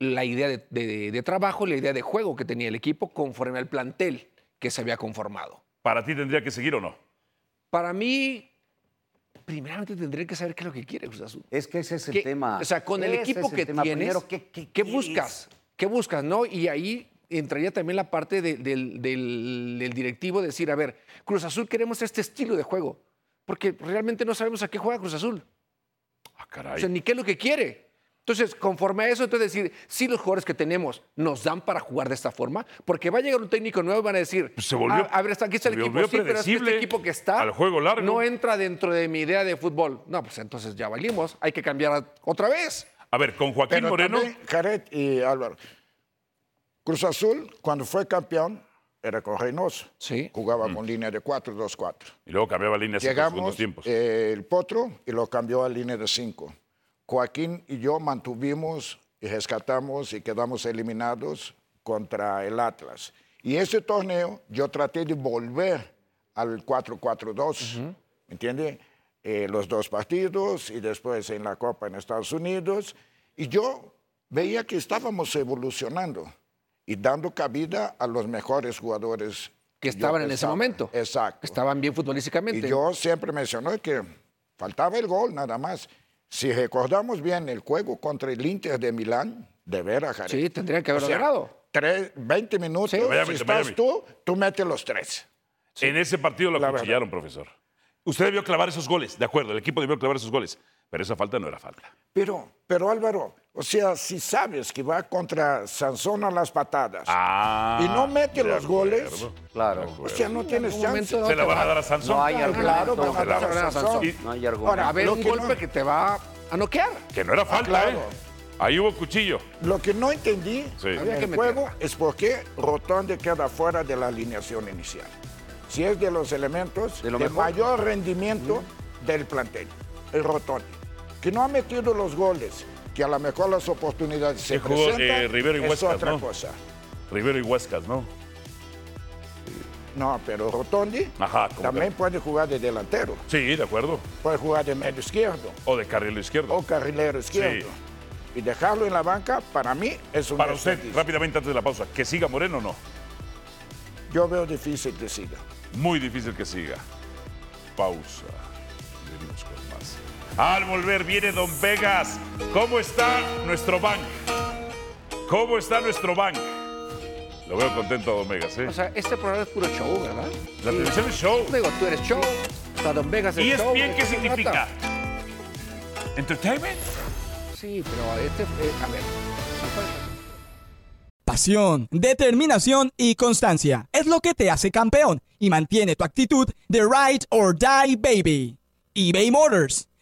Speaker 3: la idea de, de- de trabajo y la idea de juego que tenía el equipo conforme al plantel que se había conformado.
Speaker 2: ¿Para ti tendría que seguir o no?
Speaker 3: Para mí, primeramente tendría que saber qué es lo que quiere Cruz Azul.
Speaker 4: Es que ese es el
Speaker 3: ¿Qué-
Speaker 4: tema.
Speaker 3: O sea, con el
Speaker 4: Ese
Speaker 3: equipo
Speaker 4: es
Speaker 3: que
Speaker 4: tema.
Speaker 3: tienes,
Speaker 4: Primero, ¿qué, qué quieres?
Speaker 3: buscas? ¿Qué buscas, no? Y ahí entraría también la parte de- del, del- del directivo decir, a ver, Cruz Azul queremos este estilo de juego, porque realmente no sabemos a qué juega Cruz Azul,
Speaker 2: Ah,
Speaker 3: o
Speaker 2: caray.
Speaker 3: sea, ni qué es lo que quiere. Entonces, conforme a eso, entonces decir, si los jugadores que tenemos nos dan para jugar de esta forma, porque va a llegar un técnico nuevo y van a decir,
Speaker 2: Pues se volvió-
Speaker 3: "Ah, a, ver, está aquí está el
Speaker 2: se
Speaker 3: equipo,
Speaker 2: volvió
Speaker 3: sí, pero es que este
Speaker 2: predecible
Speaker 3: equipo que está
Speaker 2: al juego largo.
Speaker 3: no entra dentro de mi idea de fútbol. No, pues entonces ya valimos, hay que cambiar otra vez.
Speaker 2: A ver, con Joaquín
Speaker 8: Pero
Speaker 2: Moreno.
Speaker 8: también, Jared y Álvaro. Cruz Azul, cuando fue campeón, era con Reynoso. Jugaba
Speaker 2: Mm.
Speaker 8: con línea de 4-2-4.
Speaker 2: Y luego cambiaba líneas en los segundos
Speaker 8: Llegamos
Speaker 2: tiempos.
Speaker 8: eh, el potro y lo cambió a línea de 5. Joaquín y yo mantuvimos y rescatamos y quedamos eliminados contra el Atlas. Y ese torneo yo traté de volver al 4-4-2, ¿entiende? Eh, los dos partidos y después en la Copa en Estados Unidos. Y yo veía que estábamos evolucionando y dando cabida a los mejores jugadores.
Speaker 3: Que
Speaker 8: yo
Speaker 3: estaban en ese
Speaker 8: pensaba.
Speaker 3: momento.
Speaker 8: Exacto.
Speaker 3: Estaban bien futbolísticamente.
Speaker 8: Y yo siempre mencioné que faltaba el gol nada más. Si recordamos bien el juego contra el Inter de Milán, de veras, Jared.
Speaker 3: Sí, tendrían que
Speaker 8: O
Speaker 3: haberlo
Speaker 8: sea,
Speaker 3: ganado.
Speaker 8: tres- 20 minutos,
Speaker 2: Sí. Miami,
Speaker 8: si
Speaker 2: de
Speaker 8: estás
Speaker 2: Miami.
Speaker 8: tú, tú metes los tres.
Speaker 2: En ese partido lo
Speaker 8: La verdad.
Speaker 2: acuchillaron, profesor. Usted debió clavar esos goles, de acuerdo, el equipo debió clavar esos goles, pero esa falta no era falta.
Speaker 8: Pero, pero Álvaro, o sea, si sabes que va contra Sansón a las patadas
Speaker 2: Ah,
Speaker 8: y no mete
Speaker 2: de
Speaker 8: los
Speaker 2: acuerdo.
Speaker 8: goles,
Speaker 4: Claro.
Speaker 8: o sea, no tienes chance.
Speaker 3: momento
Speaker 2: Se la van a dar a Sansón.
Speaker 4: No hay
Speaker 8: Claro,
Speaker 4: argumento.
Speaker 8: van a dar a Sansón.
Speaker 2: Y-
Speaker 4: No hay argumento.
Speaker 8: Ahora,
Speaker 3: a ver,
Speaker 8: lo
Speaker 3: un
Speaker 8: que no-
Speaker 3: golpe que te va a noquear.
Speaker 2: Que no era falta,
Speaker 8: Ah, claro.
Speaker 2: ¿eh? Ahí hubo cuchillo.
Speaker 8: Lo que no entendí
Speaker 2: Sí.
Speaker 8: en
Speaker 2: Había
Speaker 3: que
Speaker 8: el
Speaker 3: meterla.
Speaker 8: juego es por qué Rotondi queda fuera de la alineación inicial. Si es de los elementos
Speaker 4: De
Speaker 8: de,
Speaker 4: lo mejor.
Speaker 8: mayor rendimiento del plantel, el Rotondi, que no ha metido los goles, que a lo mejor las oportunidades se
Speaker 2: Que jugó,
Speaker 8: presentan,
Speaker 2: eh, Rivero y
Speaker 8: es
Speaker 2: Huescas,
Speaker 8: otra
Speaker 2: ¿no?
Speaker 8: cosa.
Speaker 2: Rivero y Huescas, ¿no?
Speaker 8: No, pero Rotondi
Speaker 2: Ajá, como
Speaker 8: también puede jugar de delantero,
Speaker 2: Sí, de acuerdo.
Speaker 8: puede jugar de medio izquierdo
Speaker 2: O de carril izquierdo.
Speaker 8: o carrilero izquierdo. Y dejarlo en la banca, para mí, es un
Speaker 2: Para usted,
Speaker 8: desperdicio.
Speaker 2: rápidamente antes de la pausa, ¿que siga Moreno o no?
Speaker 8: Yo veo difícil que siga.
Speaker 2: Muy difícil que siga. Pausa. Venimos con más. Al volver viene Don Vegas. ¿Cómo está nuestro bank? ¿Cómo está nuestro bank? Lo veo contento a Don Vegas, ¿eh?
Speaker 3: O sea, este programa es puro show, ¿verdad?
Speaker 2: La televisión es show.
Speaker 3: Digo, tú eres show, está Don Vegas es
Speaker 2: ¿Y es
Speaker 3: show.
Speaker 2: bien
Speaker 3: ¿de
Speaker 2: qué
Speaker 3: se
Speaker 2: significa?
Speaker 3: trata?
Speaker 2: ¿Entertainment?
Speaker 3: Sí, pero este, eh, a ver,
Speaker 11: Pasión, determinación y constancia es lo que te hace campeón y mantiene tu actitud de ride or die baby. eBay Motors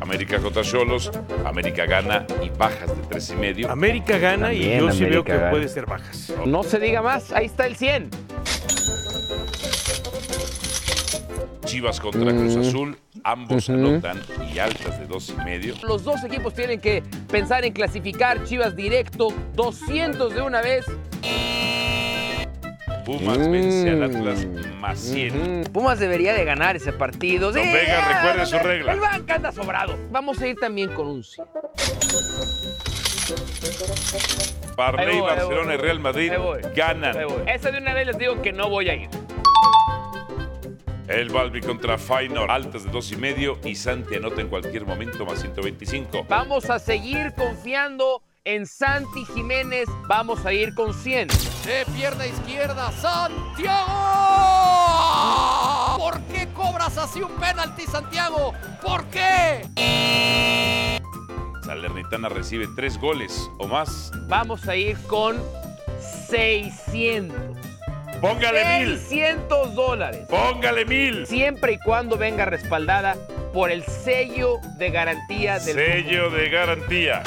Speaker 2: América contra Cholos, América gana y bajas de tres y medio.
Speaker 12: América gana y
Speaker 4: También
Speaker 12: yo sí veo
Speaker 4: América
Speaker 12: que
Speaker 4: gana.
Speaker 12: puede ser bajas.
Speaker 3: No se diga más, ahí está el 100.
Speaker 2: Chivas contra Cruz Azul, ambos anotan y altas de dos y medio.
Speaker 13: Los dos equipos tienen que pensar en clasificar Chivas directo, 200 de una vez.
Speaker 2: Pumas vence al Atlas más 100.
Speaker 13: Pumas debería de ganar ese partido.
Speaker 2: Don Vegas, recuerde su
Speaker 13: el-
Speaker 2: regla.
Speaker 13: El banca anda sobrado. Vamos a ir también con un 100. Ahí
Speaker 2: Parley,
Speaker 13: voy, ahí
Speaker 2: Barcelona
Speaker 13: voy.
Speaker 2: y Real Madrid
Speaker 13: Ahí voy.
Speaker 3: Ah.
Speaker 2: ganan.
Speaker 13: Esa de una vez les digo que no voy a ir.
Speaker 2: El Balbi contra Feyenoord, altas de dos y medio y Santi anota en cualquier momento más 125.
Speaker 13: Vamos a seguir confiando en Santi Jiménez. Vamos a ir con 100. De pierna izquierda, Santiago. ¿Por qué cobras así un penalti, Santiago? ¿Por qué?
Speaker 2: Salernitana recibe tres goles o más.
Speaker 13: Vamos a ir con 600.
Speaker 2: Póngale mil,
Speaker 13: 600 dólares.
Speaker 2: póngale mil.
Speaker 13: Siempre y cuando venga respaldada por el sello de garantía del
Speaker 2: Sello de garantía.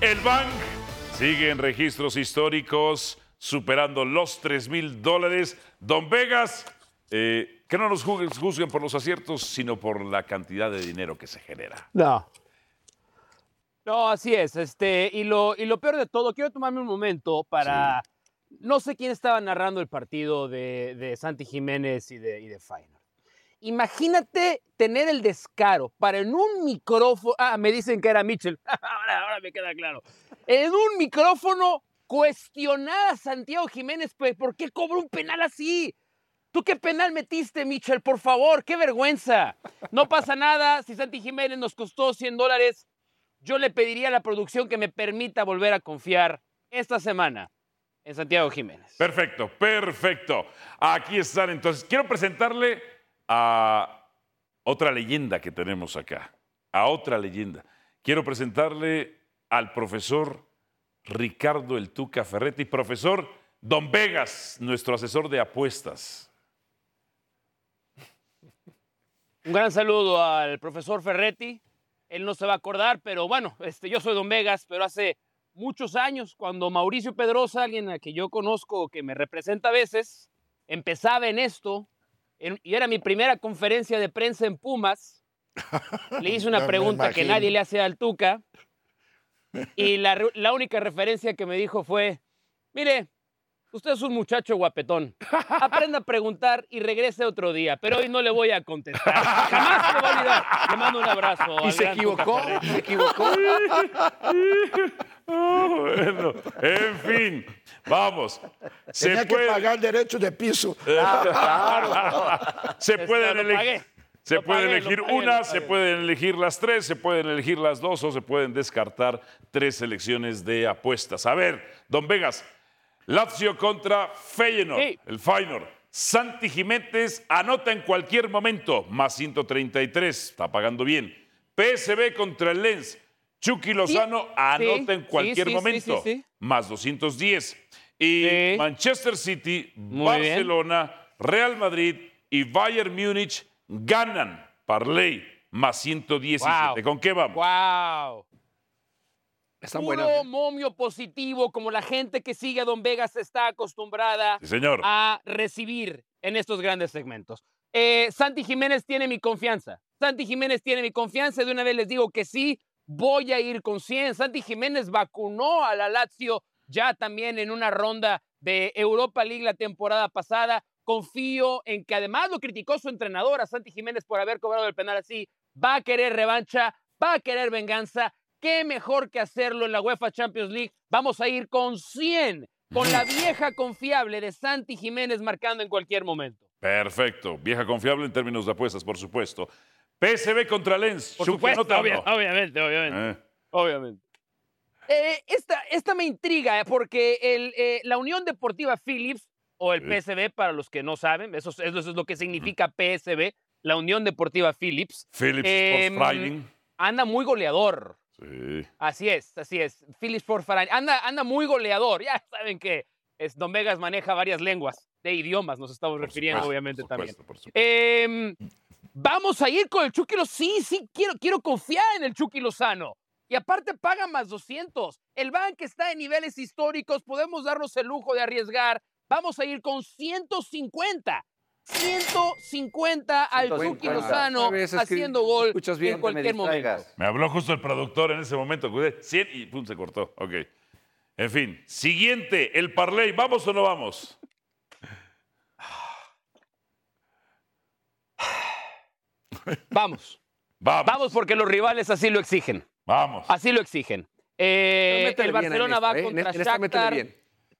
Speaker 2: El Bank sigue en registros históricos, superando los 3 mil dólares. Don Vegas, eh, que no nos juzguen- juzguen por los aciertos, sino por la cantidad de dinero que se genera.
Speaker 14: No.
Speaker 4: No, así es. Este, y, lo, y lo peor de todo, quiero tomarme un momento para. No sé quién estaba narrando el partido de, de Santi Jiménez y de, y de Feyenoord. Imagínate tener el descaro para en un micrófono. Ah, me dicen que era Mitchell. ahora, ahora me queda claro. En un micrófono cuestionar a Santiago Jiménez, pues, ¿por qué cobra un penal así? ¿Tú qué penal metiste, Mitchell? Por favor, qué vergüenza. No pasa nada. Si Santi Jiménez nos costó 100 dólares, yo le pediría a la producción que me permita volver a confiar esta semana en Santiago Jiménez.
Speaker 2: Perfecto, perfecto. Aquí están entonces. Quiero presentarle a otra leyenda que tenemos acá, a otra leyenda. Quiero presentarle al profesor Ricardo El Tuca Ferretti, profesor Don Vegas, nuestro asesor de apuestas.
Speaker 4: Un gran saludo al profesor Ferretti. Él no se va a acordar, pero bueno, este, yo soy Don Vegas, pero hace muchos años, cuando Mauricio Pedrosa, alguien a que yo conozco, que me representa a veces, empezaba en esto, en- y era mi primera conferencia de prensa en Pumas, le hice
Speaker 10: Ya
Speaker 4: una
Speaker 10: me
Speaker 4: pregunta que
Speaker 10: imagino.
Speaker 4: nadie le hace al Tuca, y la, re- la única referencia que me dijo fue, mire, usted es un muchacho guapetón, aprenda a preguntar y regrese otro día, pero hoy no le voy a contestar. Jamás se lo va a olvidar. Le mando un abrazo.
Speaker 10: ¿Y
Speaker 4: al
Speaker 10: se
Speaker 4: gran
Speaker 10: equivocó?
Speaker 4: Tuca Ferretti.
Speaker 10: ¿Se equivocó?
Speaker 2: Bueno, en fin, vamos. Se
Speaker 8: Tenía que
Speaker 2: puede- Eh.
Speaker 8: pagar derechos de piso.
Speaker 2: se
Speaker 4: Este,
Speaker 2: pueden, ele- se pueden
Speaker 8: pagué, lo
Speaker 2: elegir
Speaker 8: pagué, lo
Speaker 2: una, se
Speaker 8: pagué.
Speaker 2: pueden elegir las tres, se pueden elegir las dos o se pueden descartar tres selecciones de apuestas. A ver, Don Vegas, Lazio contra Feyenoord,
Speaker 4: Sí.
Speaker 2: el Feyenoord. Santi Jiménez anota en cualquier momento, más 133, está pagando bien. PSB contra el Lens, Chucky Lozano
Speaker 4: sí,
Speaker 2: anota en
Speaker 4: sí,
Speaker 2: cualquier
Speaker 4: sí, sí,
Speaker 2: momento,
Speaker 4: sí, sí.
Speaker 2: más 210. Y Manchester City,
Speaker 4: bien.
Speaker 2: Barcelona, Real Madrid y Bayern Múnich ganan Parley más 117. ¿Con qué vamos?
Speaker 4: ¡Wow!
Speaker 2: Están
Speaker 4: Puro
Speaker 10: ¿eh?
Speaker 4: momio positivo, como la gente que sigue a Don Vegas está acostumbrada
Speaker 2: Sí, señor.
Speaker 4: a recibir en estos grandes segmentos. Eh, Santi Jiménez tiene mi confianza. Santi Jiménez tiene mi confianza. y De una vez les digo que sí, voy a ir con 100. Santi Jiménez vacunó a la Lazio ya también en una ronda de Europa League la temporada pasada. Confío en que además lo criticó su entrenador a Santi Jiménez por haber cobrado el penal así. Va a querer revancha, va a querer venganza. ¿Qué mejor que hacerlo en la UEFA Champions League? Vamos a ir con 100, con la vieja confiable de Santi Jiménez marcando en cualquier momento.
Speaker 2: Perfecto. Vieja confiable en términos de apuestas, por supuesto. PSV contra Lens. ¿Eh? Por
Speaker 4: obviamente, obviamente. Obviamente. Ah. Eh, esta, esta me intriga eh, porque el, eh, la Unión Deportiva Phillips, o el PSB para los que no saben, eso, es- eso es lo que significa PSB, la Unión Deportiva Phillips.
Speaker 2: Phillips
Speaker 4: em,
Speaker 2: Sports Friday.
Speaker 4: Anda muy goleador.
Speaker 2: Sí.
Speaker 4: Así es, así es. Phillips por Farán. Anda, anda muy goleador. Ya saben que es, Don Vegas maneja varias lenguas de idiomas, nos estamos refiriendo,
Speaker 2: supuesto,
Speaker 4: obviamente,
Speaker 2: por supuesto,
Speaker 4: también. Em, Vamos a ir con el Chucky Lozano. Sí, sí, quiero, quiero confiar en el Chucky Lozano. Y aparte paga más 200. El banco está en niveles históricos. Podemos darnos el lujo de arriesgar. Vamos a ir con 150. 150 al Chucky
Speaker 15: 150.
Speaker 4: Lozano
Speaker 15: Otra vez escri-
Speaker 4: haciendo gol
Speaker 15: escuchas bien,
Speaker 4: en
Speaker 15: no te me
Speaker 4: cualquier momento.
Speaker 15: distraigas.
Speaker 2: Me habló justo el productor en ese momento. cuidé, 100 y pum, se cortó. Ok. En fin, siguiente, el Parley. ¿Vamos o no vamos?
Speaker 4: Vamos.
Speaker 2: Vamos.
Speaker 4: porque los rivales así lo exigen.
Speaker 2: Vamos.
Speaker 4: Así lo exigen. Eh,
Speaker 3: Pero métele
Speaker 4: el
Speaker 3: bien en
Speaker 4: Barcelona
Speaker 3: esta,
Speaker 4: va
Speaker 3: ¿eh? En
Speaker 4: contra
Speaker 3: esta- en esta métele
Speaker 4: Shakhtar.
Speaker 3: bien.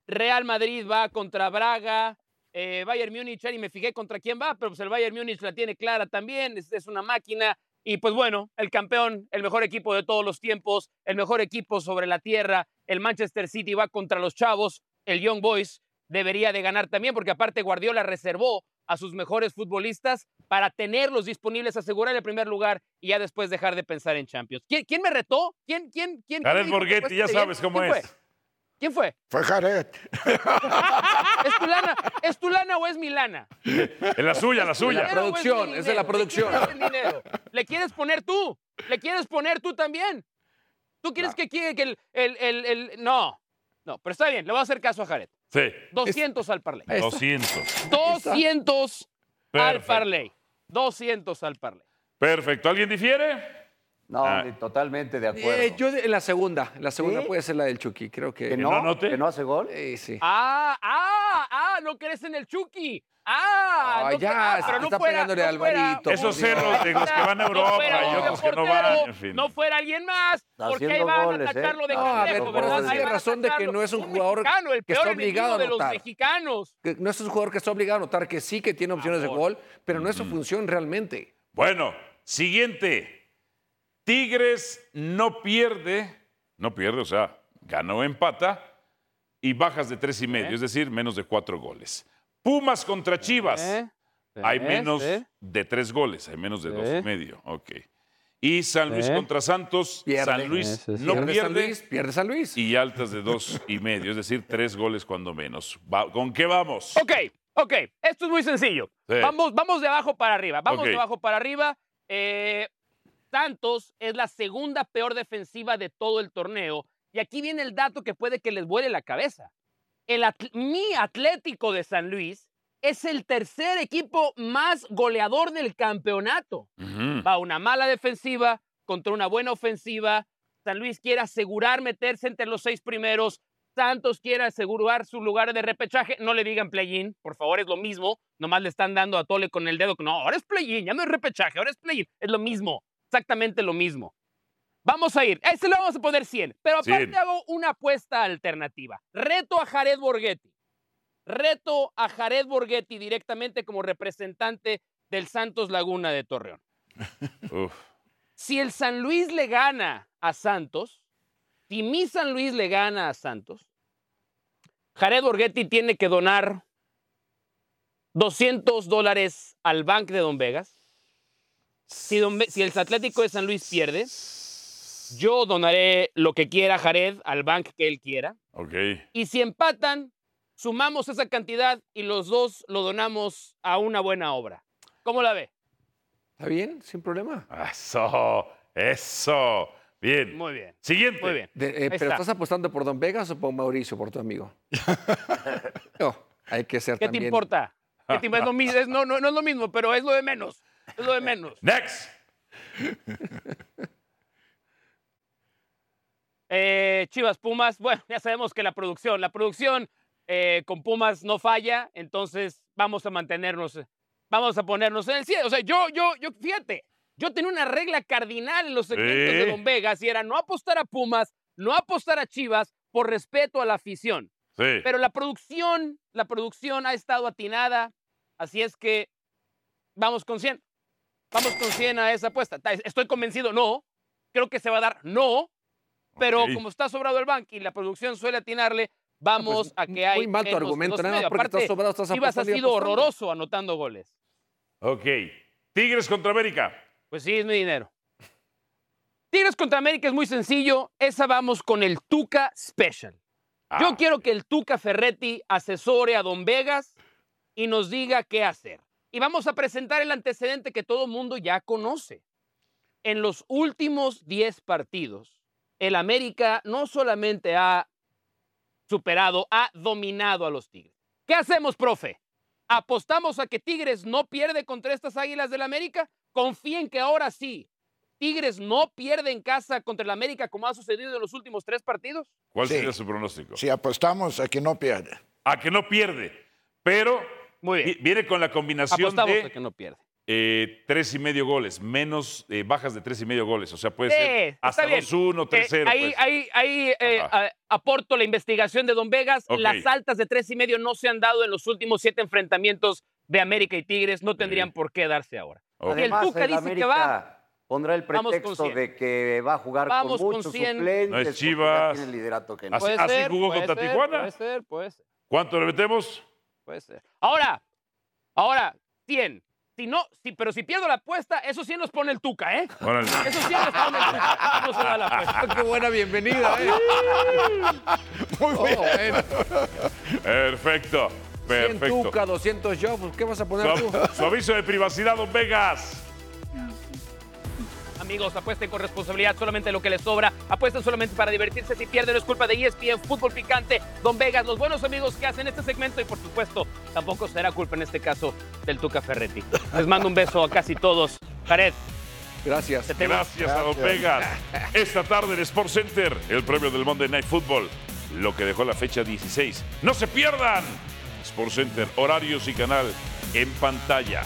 Speaker 4: Real Madrid va contra Braga. eh, Bayern Múnich, ya ni me fijé contra quién va, pero pues el Bayern Múnich la tiene clara también. Es, es una máquina. Y pues bueno, el campeón, el mejor equipo de todos los tiempos, el mejor equipo sobre la tierra. El Manchester City va contra los Chavos. El Young Boys debería de ganar también, porque aparte Guardiola reservó a sus mejores futbolistas para tenerlos disponibles, asegurar el primer lugar y ya después dejar de pensar en Champions. ¿Quién, quién me retó? ¿Quién? ¿Quién? ¿Quién? quién me
Speaker 2: Jared
Speaker 4: dijo que
Speaker 2: Borghetti,
Speaker 4: fuese
Speaker 2: ya
Speaker 4: bien?
Speaker 2: sabes cómo
Speaker 4: ¿Quién fue?
Speaker 2: es.
Speaker 4: ¿Quién fue?
Speaker 8: Fue Jared.
Speaker 4: ¿Es tu lana, ¿Es tu lana o es mi lana?
Speaker 2: Es la suya, la suya.
Speaker 4: ¿Es dinero o mi dinero? ¿De quién es el dinero? ¿Le quieres poner tú? ¿Le quieres poner tú también? ¿Tú quieres que quede que el, el- el- el- No. No, pero está bien, le voy a hacer caso a Jared.
Speaker 2: Sí.
Speaker 4: 200 al parlay.
Speaker 2: 200.
Speaker 4: 200 al
Speaker 2: Perfecto.
Speaker 4: parlay. 200 al parlay.
Speaker 2: Perfecto. ¿Alguien difiere? Ah,
Speaker 13: No, totalmente de acuerdo.
Speaker 3: Eh, yo de- en la segunda, la segunda puede ser la del Chucky, creo que.
Speaker 13: ¿Que no? ¿Que no anote? ¿Que no hace gol?
Speaker 3: Eh, sí.
Speaker 4: Ah, ah, ah, no crees en el Chucky. Ah,
Speaker 3: Ah,
Speaker 4: no cre-
Speaker 3: ya,
Speaker 4: ah, pero no
Speaker 3: está
Speaker 4: fuera,
Speaker 3: pegándole
Speaker 4: no
Speaker 3: al
Speaker 4: fuera-
Speaker 3: Alvarito.
Speaker 2: Esos
Speaker 3: por Dios.
Speaker 2: cerros de los que van a Europa
Speaker 4: fuera
Speaker 2: y
Speaker 4: un
Speaker 2: otros que no van,
Speaker 4: portero,
Speaker 2: en fin.
Speaker 4: No fuera alguien más, porque ahí
Speaker 13: haciendo
Speaker 4: van
Speaker 13: goles,
Speaker 4: a tacharlo
Speaker 13: ¿eh?
Speaker 4: de
Speaker 13: No,
Speaker 3: a ver,
Speaker 4: pendejo,
Speaker 3: por
Speaker 4: ¿verdad?
Speaker 3: eso
Speaker 4: Ahí
Speaker 3: tiene
Speaker 4: van a
Speaker 3: razón de que
Speaker 4: tacharlo.
Speaker 3: no es un jugador
Speaker 4: mexicano, el
Speaker 3: que
Speaker 4: peor
Speaker 3: está obligado
Speaker 4: enemigo
Speaker 3: a
Speaker 4: de los
Speaker 3: anotar.
Speaker 4: mexicanos.
Speaker 3: Que No es un jugador que está obligado a anotar, que sí que tiene opciones de gol, pero no es su función realmente.
Speaker 2: Bueno, siguiente. Tigres no pierde, no pierde, o sea, ganó empata y bajas de tres y medio, es decir, menos de cuatro goles. Pumas contra Chivas. Hay
Speaker 4: ¿Eh?
Speaker 2: menos
Speaker 4: ¿Eh?
Speaker 2: de tres goles, hay menos de dos
Speaker 4: ¿Eh?
Speaker 2: y medio. Ok. Y San Luis
Speaker 4: ¿Eh?
Speaker 2: contra Santos.
Speaker 3: Pierde.
Speaker 2: San Luis
Speaker 3: Eh, sí, sí.
Speaker 2: no
Speaker 3: Pierde
Speaker 2: pierde.
Speaker 3: San Luis, pierde San Luis.
Speaker 2: Y altas de dos y medio, es decir, tres goles cuando menos. Va- ¿Con qué vamos?
Speaker 4: Ok, ok, esto es muy sencillo.
Speaker 2: Sí.
Speaker 4: Vamos, vamos de abajo para arriba, vamos
Speaker 2: Ok.
Speaker 4: de abajo para arriba. Eh, Santos es la segunda peor defensiva de todo el torneo. Y aquí viene el dato que puede que les vuele la cabeza. El atl- mi Atlético de San Luis es el tercer equipo más goleador del campeonato. Va una mala defensiva contra una buena ofensiva. San Luis quiere asegurar meterse entre los seis primeros. Santos quiere asegurar su lugar de repechaje. No le digan play-in, por favor, es lo mismo. Nomás le están dando a Tole con el dedo. No, ahora es play-in, ya no es repechaje, ahora es play-in. Es lo mismo, exactamente lo mismo. Vamos a ir. A Este le vamos a poner 100. Pero aparte
Speaker 2: 100.
Speaker 4: hago una apuesta alternativa. Reto a Jared Borghetti. Reto a Jared Borghetti directamente como representante del Santos Laguna de Torreón.
Speaker 2: Uf.
Speaker 4: Si el San Luis le gana a Santos, si mi San Luis le gana a Santos, Jared Borghetti tiene que donar 200 dólares al Bank de Don Vegas. Si, Don Ve- si el Atlético de San Luis pierde, yo donaré lo que quiera Jared al Bank que él quiera.
Speaker 2: Ok.
Speaker 4: Y si empatan, sumamos esa cantidad y los dos lo donamos a una buena obra. ¿Cómo la ve?
Speaker 3: ¿Está bien? Sin problema.
Speaker 2: Eso, eso. Bien.
Speaker 4: Muy bien.
Speaker 2: Siguiente.
Speaker 4: Muy bien.
Speaker 3: De- eh,
Speaker 4: Ahí
Speaker 3: ¿Pero
Speaker 4: está.
Speaker 3: estás apostando por Don Vegas o por Mauricio, por tu amigo? No, hay que ser
Speaker 4: ¿Qué
Speaker 3: también.
Speaker 4: te importa? ¿Qué te- es lo mi- es- no, no, no es lo mismo, pero es lo de menos. Es lo de menos.
Speaker 2: Next.
Speaker 4: Eh, Chivas Pumas, bueno, ya sabemos que la producción, la producción eh, con Pumas no falla, entonces vamos a mantenernos, eh, vamos a ponernos en el cielo. O sea, yo, yo, yo, fíjate, yo tenía una regla cardinal en los segmentos
Speaker 2: Sí.
Speaker 4: de Don Vegas y era no apostar a Pumas, no apostar a Chivas por respeto a la afición.
Speaker 2: Sí.
Speaker 4: Pero la producción, la producción ha estado atinada, así es que vamos con 100. Vamos con 100 a esa apuesta. Ta- Estoy convencido, no. Creo que se va a dar, no.
Speaker 3: Ok.
Speaker 4: Pero
Speaker 3: Ah, pues,
Speaker 4: como está sobrado el banco y la producción suele atinarle, vamos a que hay.
Speaker 3: muy mal tu
Speaker 4: menos-
Speaker 3: argumento,
Speaker 4: menos
Speaker 3: nada más
Speaker 4: medio.
Speaker 3: porque está
Speaker 4: Aparte,
Speaker 3: sobrado, estás
Speaker 4: Chivas ha
Speaker 3: apostando y
Speaker 4: sido
Speaker 3: apostando.
Speaker 4: horroroso anotando goles.
Speaker 2: Ok. Tigres contra América.
Speaker 4: Pues sí, es mi dinero. Tigres contra América es muy sencillo. Esa vamos con el Tuca Special.
Speaker 2: Ah,
Speaker 4: Yo quiero que el Tuca Ferretti asesore a Don Vegas y nos diga qué hacer. Y vamos a presentar el antecedente que todo mundo ya conoce. En los últimos 10 partidos, el América no solamente ha superado, ha dominado a los Tigres. ¿Qué hacemos, profe? ¿Apostamos a que Tigres no pierde contra estas Águilas del América? Confíen que ahora sí, Tigres no pierde en casa contra el América como ha sucedido en los últimos tres partidos.
Speaker 2: ¿Cuál
Speaker 8: Sí.
Speaker 2: sería su pronóstico?
Speaker 8: Si apostamos a que no pierde.
Speaker 2: A que no pierde, pero vi- viene con la combinación
Speaker 4: Apostamos
Speaker 2: de
Speaker 4: a que no pierde.
Speaker 2: eh, tres y medio goles, menos eh, bajas de tres y medio goles. O sea, puede
Speaker 4: Sí,
Speaker 2: ser
Speaker 4: está
Speaker 2: hasta
Speaker 4: bien.
Speaker 2: 2-1, 3-0.
Speaker 4: Eh, ahí
Speaker 2: pues.
Speaker 4: ahí, ahí, eh,
Speaker 2: Ajá.
Speaker 4: a- aporto la investigación de Don Vegas.
Speaker 2: Ok.
Speaker 4: Las altas de tres y medio no se han dado en los últimos siete enfrentamientos de América y Tigres. No tendrían por qué darse ahora. Y el
Speaker 13: Además,
Speaker 4: Tuca
Speaker 13: el
Speaker 4: dice
Speaker 13: América
Speaker 4: que va.
Speaker 13: Pondrá el
Speaker 4: Vamos con
Speaker 13: pretexto
Speaker 4: 100.
Speaker 13: de que va a jugar
Speaker 4: Vamos
Speaker 13: con
Speaker 4: con
Speaker 13: muchos
Speaker 4: 100.
Speaker 13: suplentes.
Speaker 2: No es
Speaker 13: porque ya
Speaker 2: Chivas.
Speaker 13: tiene el liderato que no.
Speaker 2: Así- así jugó contra Tijuana.
Speaker 4: ser, puede ser.
Speaker 2: ¿Cuánto le metemos?
Speaker 4: Puede ser. Ahora, ahora, 100. Si no, si, pero si pierdo la apuesta, eso sí nos pone el Tuca, ¿eh?
Speaker 2: Órale.
Speaker 4: Eso sí nos pone el Tuca. No se da la apuesta.
Speaker 3: Qué buena bienvenida, ¿eh?
Speaker 8: Muy
Speaker 3: bien.
Speaker 2: Perfecto,
Speaker 3: 100
Speaker 2: perfecto.
Speaker 3: Tuca, 200 yo, pues ¿qué vas a poner tú?
Speaker 2: Su, su aviso de privacidad, don Vegas.
Speaker 12: Amigos, apuesten con responsabilidad solamente lo que les sobra. Apuesten solamente para divertirse. Si pierden, no es culpa de E ESPN, Fútbol Picante, Don Vegas, los buenos amigos que hacen este segmento. Y por supuesto, tampoco será culpa en este caso del Tuca Ferretti. Les mando un beso a casi todos. Jared.
Speaker 3: Gracias.
Speaker 2: Gracias a Don Vegas. Esta tarde en Sport Center, el premio del Monday Night Football, lo que dejó la fecha 16. ¡No se pierdan! Sport Center, horarios y canal en pantalla.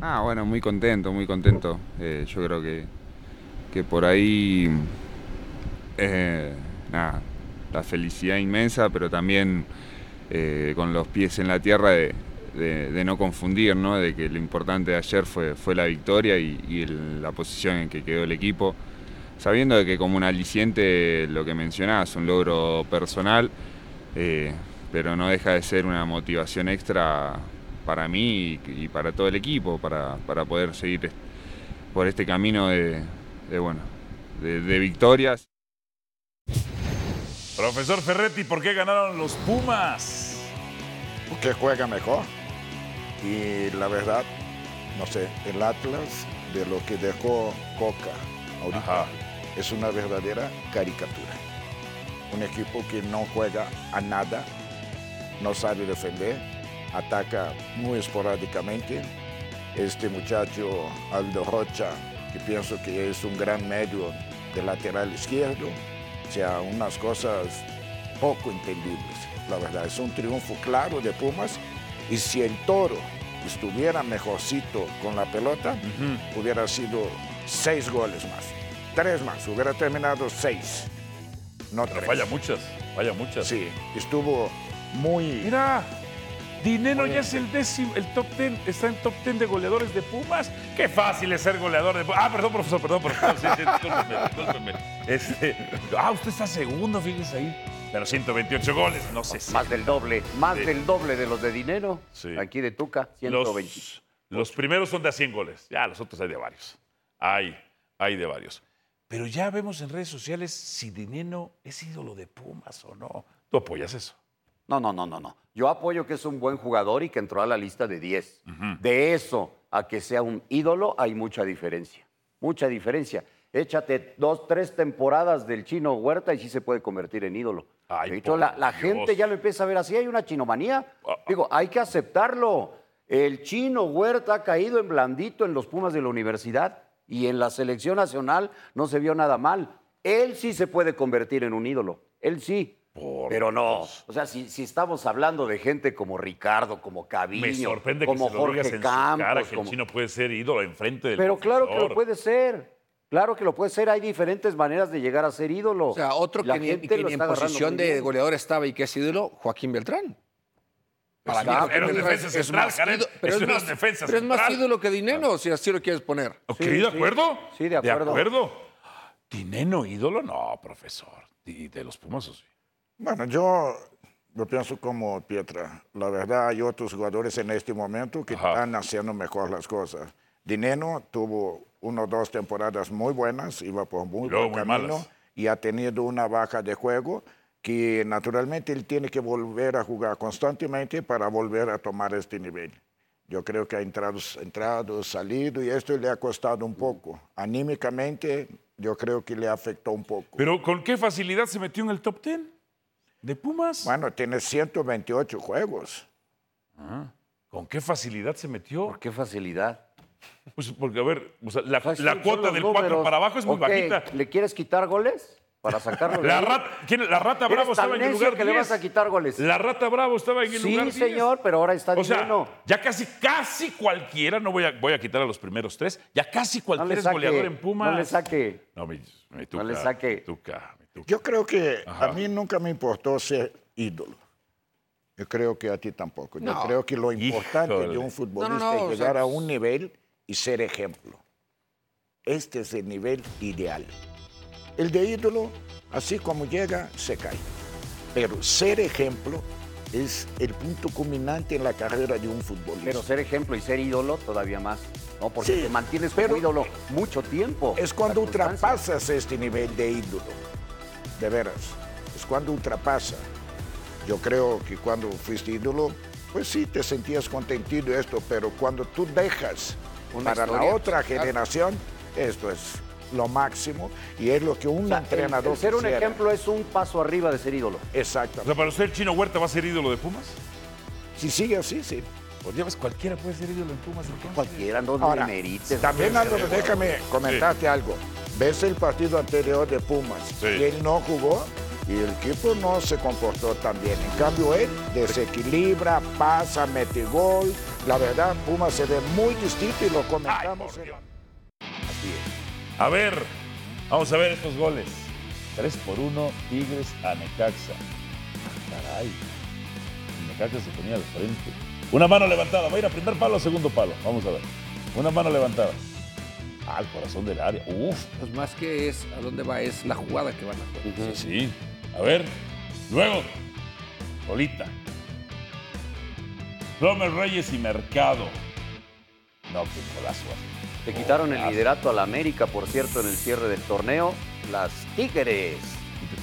Speaker 16: Ah, bueno, muy contento, muy contento. Eh, yo creo que, que por ahí, eh, nada, la felicidad inmensa, pero también eh, con los pies en la tierra de, de- de no confundir, ¿no? De que lo importante de ayer fue, fue la victoria y, y el- la posición en que quedó el equipo. Sabiendo de que como un aliciente, lo que mencionabas, un logro personal, eh, pero no deja de ser una motivación extra para mí y, y para todo el equipo, para, para poder seguir est- por este camino de, de, bueno, de- de victorias.
Speaker 2: Profesor Ferretti, ¿por qué ganaron los Pumas?
Speaker 8: Porque juega mejor. Y la verdad, no sé, el Atlas de lo que dejó Coca ahorita es una verdadera caricatura. Un equipo que no juega a nada, no sabe defender, ataca muy esporádicamente. Este muchacho Aldo Rocha, que pienso que es un gran medio de lateral izquierdo, o sea, unas cosas poco entendibles. La verdad, es un triunfo claro de Pumas. Y si el toro estuviera mejorcito con la pelota, hubiera sido seis goles más. Tres más, hubiera terminado seis. No
Speaker 2: Pero
Speaker 8: tres.
Speaker 2: falla muchas, falla muchas.
Speaker 8: Sí, estuvo muy.
Speaker 2: Mira, Dinero ya es el décimo, el top ten, está en top ten de goleadores de Pumas. Qué fácil es ser goleador de Pumas. Ah, perdón, profesor, perdón, profesor. Sí, sí, discúlpeme, discúlpeme. Este, ah, usted está segundo, fíjese ahí. Pero 128 goles, no sé.
Speaker 4: Más del doble, más
Speaker 2: Sí.
Speaker 4: del doble de los de dinero. Aquí de Tuca, 120.
Speaker 2: Los, los primeros son de a 100 goles. Ya, los otros hay de varios. Hay, hay de varios. Pero ya vemos en redes sociales si Dineno es ídolo de Pumas o no. ¿Tú apoyas eso?
Speaker 4: No, no, no, no, no. Yo apoyo que es un buen jugador y que entró a la lista de 10. De eso a que sea un ídolo hay mucha diferencia. Mucha diferencia. Échate dos, tres temporadas del chino Huerta y sí se puede convertir en ídolo. Ahorita la, la gente ya lo empieza a ver así. Hay una chinomanía. Digo, hay que aceptarlo. El chino Huerta ha caído en blandito en los Pumas de la universidad y en la selección nacional no se vio nada mal. Él sí se puede convertir en un ídolo. Él sí. Pero no. O sea, si, si estamos hablando de gente como Ricardo, como Caviño,
Speaker 2: Me sorprende que
Speaker 4: como
Speaker 2: se lo
Speaker 4: Jorge
Speaker 2: digas en su
Speaker 4: Campos,
Speaker 2: cara que
Speaker 4: como-
Speaker 2: el chino puede ser ídolo enfrente del
Speaker 4: pero claro que lo
Speaker 2: profesor.
Speaker 4: puede ser. Claro que lo puede ser. Hay diferentes maneras de llegar a ser ídolo.
Speaker 3: O sea, otro que, ni- que ni en posición de goleador estaba y que es ídolo, Joaquín Beltrán.
Speaker 2: Para mí, era un defensa central,
Speaker 3: más
Speaker 2: Jared.
Speaker 3: ídolo- pero
Speaker 2: Es
Speaker 3: es
Speaker 2: una
Speaker 3: más-
Speaker 2: defensa
Speaker 3: pero es más
Speaker 2: central.
Speaker 3: ídolo que Dinero, si así lo quieres poner.
Speaker 2: Ok, ¿de acuerdo?
Speaker 3: Sí, de acuerdo.
Speaker 2: ¿De acuerdo? ¿Dineno ídolo? No, profesor. ¿Y de los Pumas o sí?
Speaker 8: Bueno, yo lo pienso como Pietra. La verdad, hay otros jugadores en este momento que están haciendo mejor las cosas. Dineno tuvo una o dos temporadas muy buenas, iba por muy
Speaker 2: Luego
Speaker 8: buen
Speaker 2: muy
Speaker 8: camino
Speaker 2: malas.
Speaker 8: y ha tenido una baja de juego que naturalmente él tiene que volver a jugar constantemente para volver a tomar este nivel. Yo creo que ha entrado, entrado, salido y esto le ha costado un poco. Anímicamente, yo creo que le afectó un poco.
Speaker 2: Pero ¿con qué facilidad se metió en el top 10? ¿De Pumas?
Speaker 8: Bueno, tiene 128 juegos.
Speaker 2: ¿Con qué facilidad se metió? ¿Por
Speaker 4: qué facilidad?
Speaker 2: Pues porque, a ver, o sea, la,
Speaker 4: Fácil,
Speaker 2: la
Speaker 4: son
Speaker 2: cuota
Speaker 4: los
Speaker 2: del 4
Speaker 4: números.
Speaker 2: para abajo es muy
Speaker 4: Ok,
Speaker 2: bajita.
Speaker 4: ¿Le quieres quitar goles para sacarlo? de
Speaker 2: La
Speaker 4: ahí?
Speaker 2: rata, ¿quién- la rata
Speaker 4: Eres
Speaker 2: Bravo
Speaker 4: tan
Speaker 2: estaba en el
Speaker 4: necio
Speaker 2: lugar
Speaker 4: que le
Speaker 2: 10.
Speaker 4: vas a quitar goles.
Speaker 2: La rata Bravo estaba en el
Speaker 4: Sí,
Speaker 2: lugar 10.
Speaker 4: señor, pero ahora está
Speaker 2: O sea,
Speaker 4: Dineno.
Speaker 2: ya casi, casi cualquiera, no voy a, voy a quitar a los primeros tres, ya casi
Speaker 4: No
Speaker 2: cualquiera
Speaker 4: le
Speaker 2: es
Speaker 4: saque,
Speaker 2: goleador en Pumas.
Speaker 4: No le saque.
Speaker 2: No, mi, mi tuca,
Speaker 4: le saque.
Speaker 2: mi tuca.
Speaker 8: Yo creo que a mí nunca me importó ser ídolo. Yo creo que a ti tampoco. Yo
Speaker 1: No.
Speaker 8: creo que lo importante
Speaker 1: Híjole.
Speaker 8: de un futbolista
Speaker 1: No, no, no, o
Speaker 8: es llegar
Speaker 1: sea,
Speaker 8: a un nivel y ser ejemplo. Este es el nivel ideal. El de ídolo, así como llega, se cae. Pero ser ejemplo es el punto culminante en la carrera de un futbolista.
Speaker 4: Pero ser ejemplo y ser ídolo todavía más. ¿no? Porque
Speaker 8: Sí,
Speaker 4: te mantienes como ídolo mucho tiempo.
Speaker 8: Es cuando ultrapasas este nivel de ídolo. De veras. Es cuando ultrapasa. Yo creo que cuando fuiste ídolo, pues sí, te sentías contentido esto, pero cuando tú dejas
Speaker 6: Una
Speaker 8: para la
Speaker 6: historia,
Speaker 8: otra
Speaker 6: claro.
Speaker 8: generación, esto es lo máximo y es lo que un
Speaker 4: O sea, el-
Speaker 8: entrenador
Speaker 4: el ser un
Speaker 8: quisiera.
Speaker 4: ejemplo es un paso arriba de ser ídolo.
Speaker 8: Exacto.
Speaker 2: O sea, para usted el chino Huerta va a ser ídolo de Pumas.
Speaker 8: Si sigue así, sí.
Speaker 2: Pues ya ves, cualquiera puede ser ídolo en Pumas. entonces.
Speaker 4: Cualquiera, no
Speaker 8: Ahora,
Speaker 4: demerites.
Speaker 8: También,
Speaker 4: Hombre,
Speaker 8: Álvaro, déjame este, comentarte algo. Ves el partido anterior de Pumas, y él no jugó y el equipo no se comportó tan bien. En cambio, él desequilibra, pasa, mete gol. La verdad, Pumas se ve muy distinto y lo comentamos. en-
Speaker 2: A ver, vamos a ver estos goles. 3 por 1, Tigres a Necaxa. Caray. Necaxa se ponía de frente. Una mano levantada. ¿Va a ir a primer palo o segundo palo? Vamos a ver. Una mano levantada. Ah, el corazón del área. Uf.
Speaker 3: Pues más que es a dónde va, es la jugada que van a hacer.
Speaker 2: Sí, sí. A ver. Luego. Solita. Romer Reyes y Mercado. No, qué golazo. ¿eh?
Speaker 4: Le quitaron el liderato a la América, por cierto, en el cierre del torneo. Las Tigres.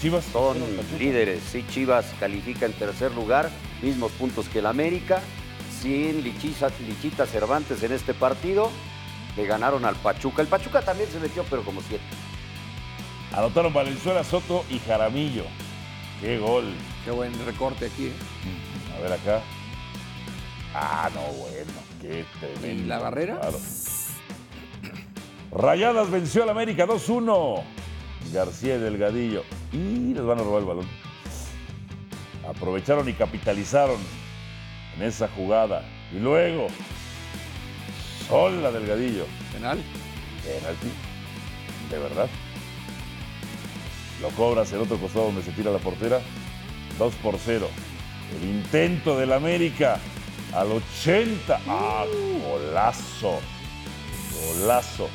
Speaker 2: Chivas?
Speaker 4: Son líderes. Sí, Chivas califica en tercer lugar, mismos puntos que el América. Sin Lichisa- Lichita Cervantes en este partido. Le ganaron al Pachuca. El Pachuca también se metió, pero como siete.
Speaker 2: Anotaron Valenzuela, Soto y Jaramillo. Qué gol.
Speaker 3: Qué buen recorte aquí. ¿eh?
Speaker 2: A ver acá. Ah, no, bueno, qué tremendo.
Speaker 3: ¿Y la barrera?
Speaker 2: Claro. Rayadas venció al América 2-1. García y Delgadillo. Y les van a robar el balón. Aprovecharon y capitalizaron en esa jugada. Y luego, sola Delgadillo.
Speaker 3: Penal.
Speaker 2: Penalti. De verdad. Lo cobras el otro costado donde se tira la portera. 2 por 0. El intento del América al 80. ¡Ah, golazo! Golazo.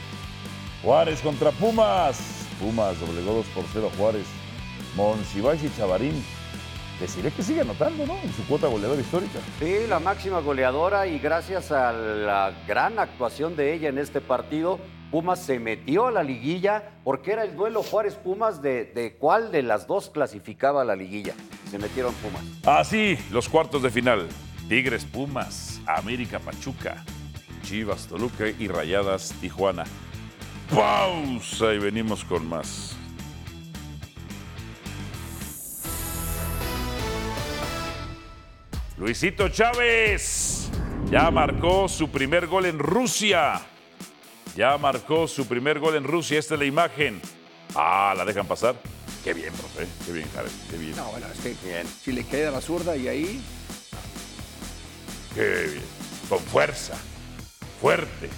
Speaker 2: Juárez contra Pumas. Pumas doblegó 2 por 0 a Juárez. Monsiváis y Chavarín. Deciré que sigue anotando, ¿no? En su cuota goleadora histórica.
Speaker 4: Sí, la máxima goleadora y gracias a la gran actuación de ella en este partido, Pumas se metió a la liguilla porque era el duelo Juárez-Pumas de, de cuál de las dos clasificaba a la liguilla. Se metieron Pumas.
Speaker 2: Así, Ah, los cuartos de final. Tigres, Pumas, América, Pachuca, Chivas, Toluca y Rayadas, Tijuana. Pausa y venimos con más. Luisito Chávez ya marcó su primer gol en Rusia. Ya marcó su primer gol en Rusia. Esta es la imagen. Ah, la dejan pasar. Qué bien, profe. Qué bien, Jared. Qué bien.
Speaker 3: No, bueno, es que si le queda la zurda y ahí.
Speaker 2: Qué bien. Con fuerza. Fuerte.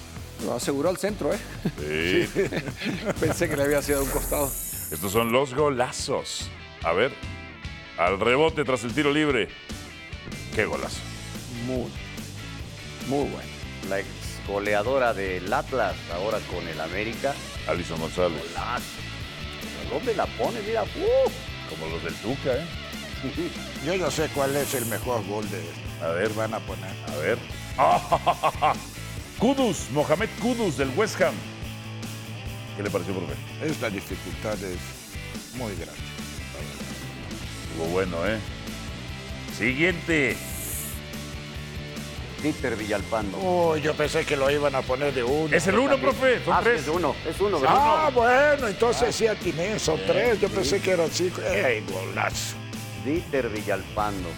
Speaker 3: Lo aseguró al centro, ¿eh?
Speaker 2: Sí.
Speaker 3: Pensé que le había sido a un costado.
Speaker 2: Estos son los golazos. A ver. Al rebote tras el tiro libre. Qué golazo.
Speaker 3: Muy, muy bueno.
Speaker 4: La ex goleadora del Atlas, ahora con el América.
Speaker 2: Alison González.
Speaker 4: Golazo. El hombre la pone, mira. ¡uh!
Speaker 2: Como los del Tuca, ¿eh?
Speaker 8: Yo no sé cuál es el mejor gol de
Speaker 2: A ver.
Speaker 8: Van a poner.
Speaker 2: A ver. ¡Ah! Kudus, Mohamed Kudus del West Ham. ¿Qué le pareció, profe?
Speaker 8: Esta dificultad es muy grande.
Speaker 2: Estuvo bueno, ¿eh? Siguiente.
Speaker 4: Peter Villalpando.
Speaker 8: Oh, yo pensé que lo iban a poner de uno.
Speaker 2: Es el uno, profe. Son
Speaker 4: Ah, sí,
Speaker 2: tres.
Speaker 4: es uno, es uno, ¿verdad?
Speaker 8: Ah, bueno, entonces sí atiné, son tres. Yo pensé que eran cinco. Eh, ¡Ey, golazo!
Speaker 4: Dieter Villalpando.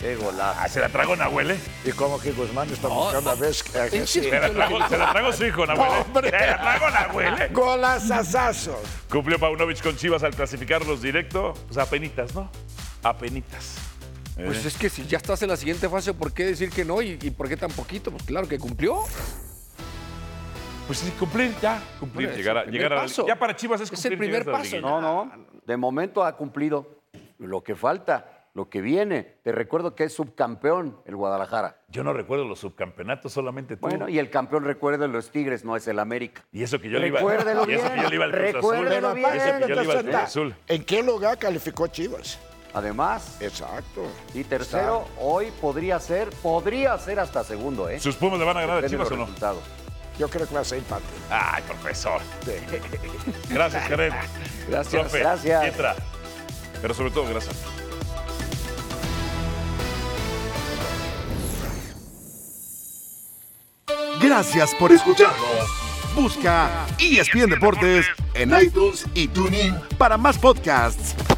Speaker 4: Qué golazo.
Speaker 2: Ah, se la tragó Nahuel, ¿eh?
Speaker 8: Y como que Guzmán está buscando a ver. que- que sí.
Speaker 2: Se la tragó, se la tragó su hijo, Nahuel. ¿eh?
Speaker 8: ¡Hombre!
Speaker 2: Se la tragó Nahuel. ¿eh?
Speaker 8: Golazazazo.
Speaker 2: Cumplió Paunovic con Chivas al clasificarlos directo. Pues apenitas, ¿no? Apenitas.
Speaker 3: Pues
Speaker 2: Eh.
Speaker 3: es que si ya estás en la siguiente fase, ¿por qué decir que no? ¿Y, y por qué tan poquito? Pues claro que cumplió.
Speaker 2: Pues sí, cumplir ya. Cumplir, llegar a, llegar a la- Ya para Chivas es cumplir. llegar a la liguilla.
Speaker 4: No, no. De momento ha cumplido lo que falta, lo que viene. Te recuerdo que es subcampeón el Guadalajara.
Speaker 2: Yo no recuerdo los subcampeonatos, solamente tú.
Speaker 4: Bueno, y el campeón recuerda los Tigres, no es el América.
Speaker 2: Y eso que yo le iba-
Speaker 4: Recuérdelo
Speaker 2: y eso
Speaker 4: bien,
Speaker 2: que yo le iba al Cruz Azul.
Speaker 4: recuérdelo
Speaker 2: Pero aparte,
Speaker 4: bien.
Speaker 2: Ese que yo le iba al Cruz
Speaker 8: Entonces,
Speaker 2: Azul.
Speaker 8: ¿En qué lugar calificó Chivas?
Speaker 4: Además,
Speaker 8: Exacto.
Speaker 4: y tercero, hoy podría ser, podría ser hasta segundo, ¿eh?
Speaker 2: ¿Sus Pumas le van a ganar a
Speaker 4: Depende de
Speaker 2: Chivas
Speaker 4: los
Speaker 2: o no?
Speaker 4: resultados.
Speaker 8: Yo creo que va a ser empate.
Speaker 2: Ay, profesor. Gracias, Jared.
Speaker 4: Gracias.
Speaker 2: Profe,
Speaker 4: Gracias.
Speaker 2: Pietra. Pero sobre todo, gracias.
Speaker 1: Gracias por escucharnos. E Busca ESPN Deportes en iTunes y TuneIn para más podcasts.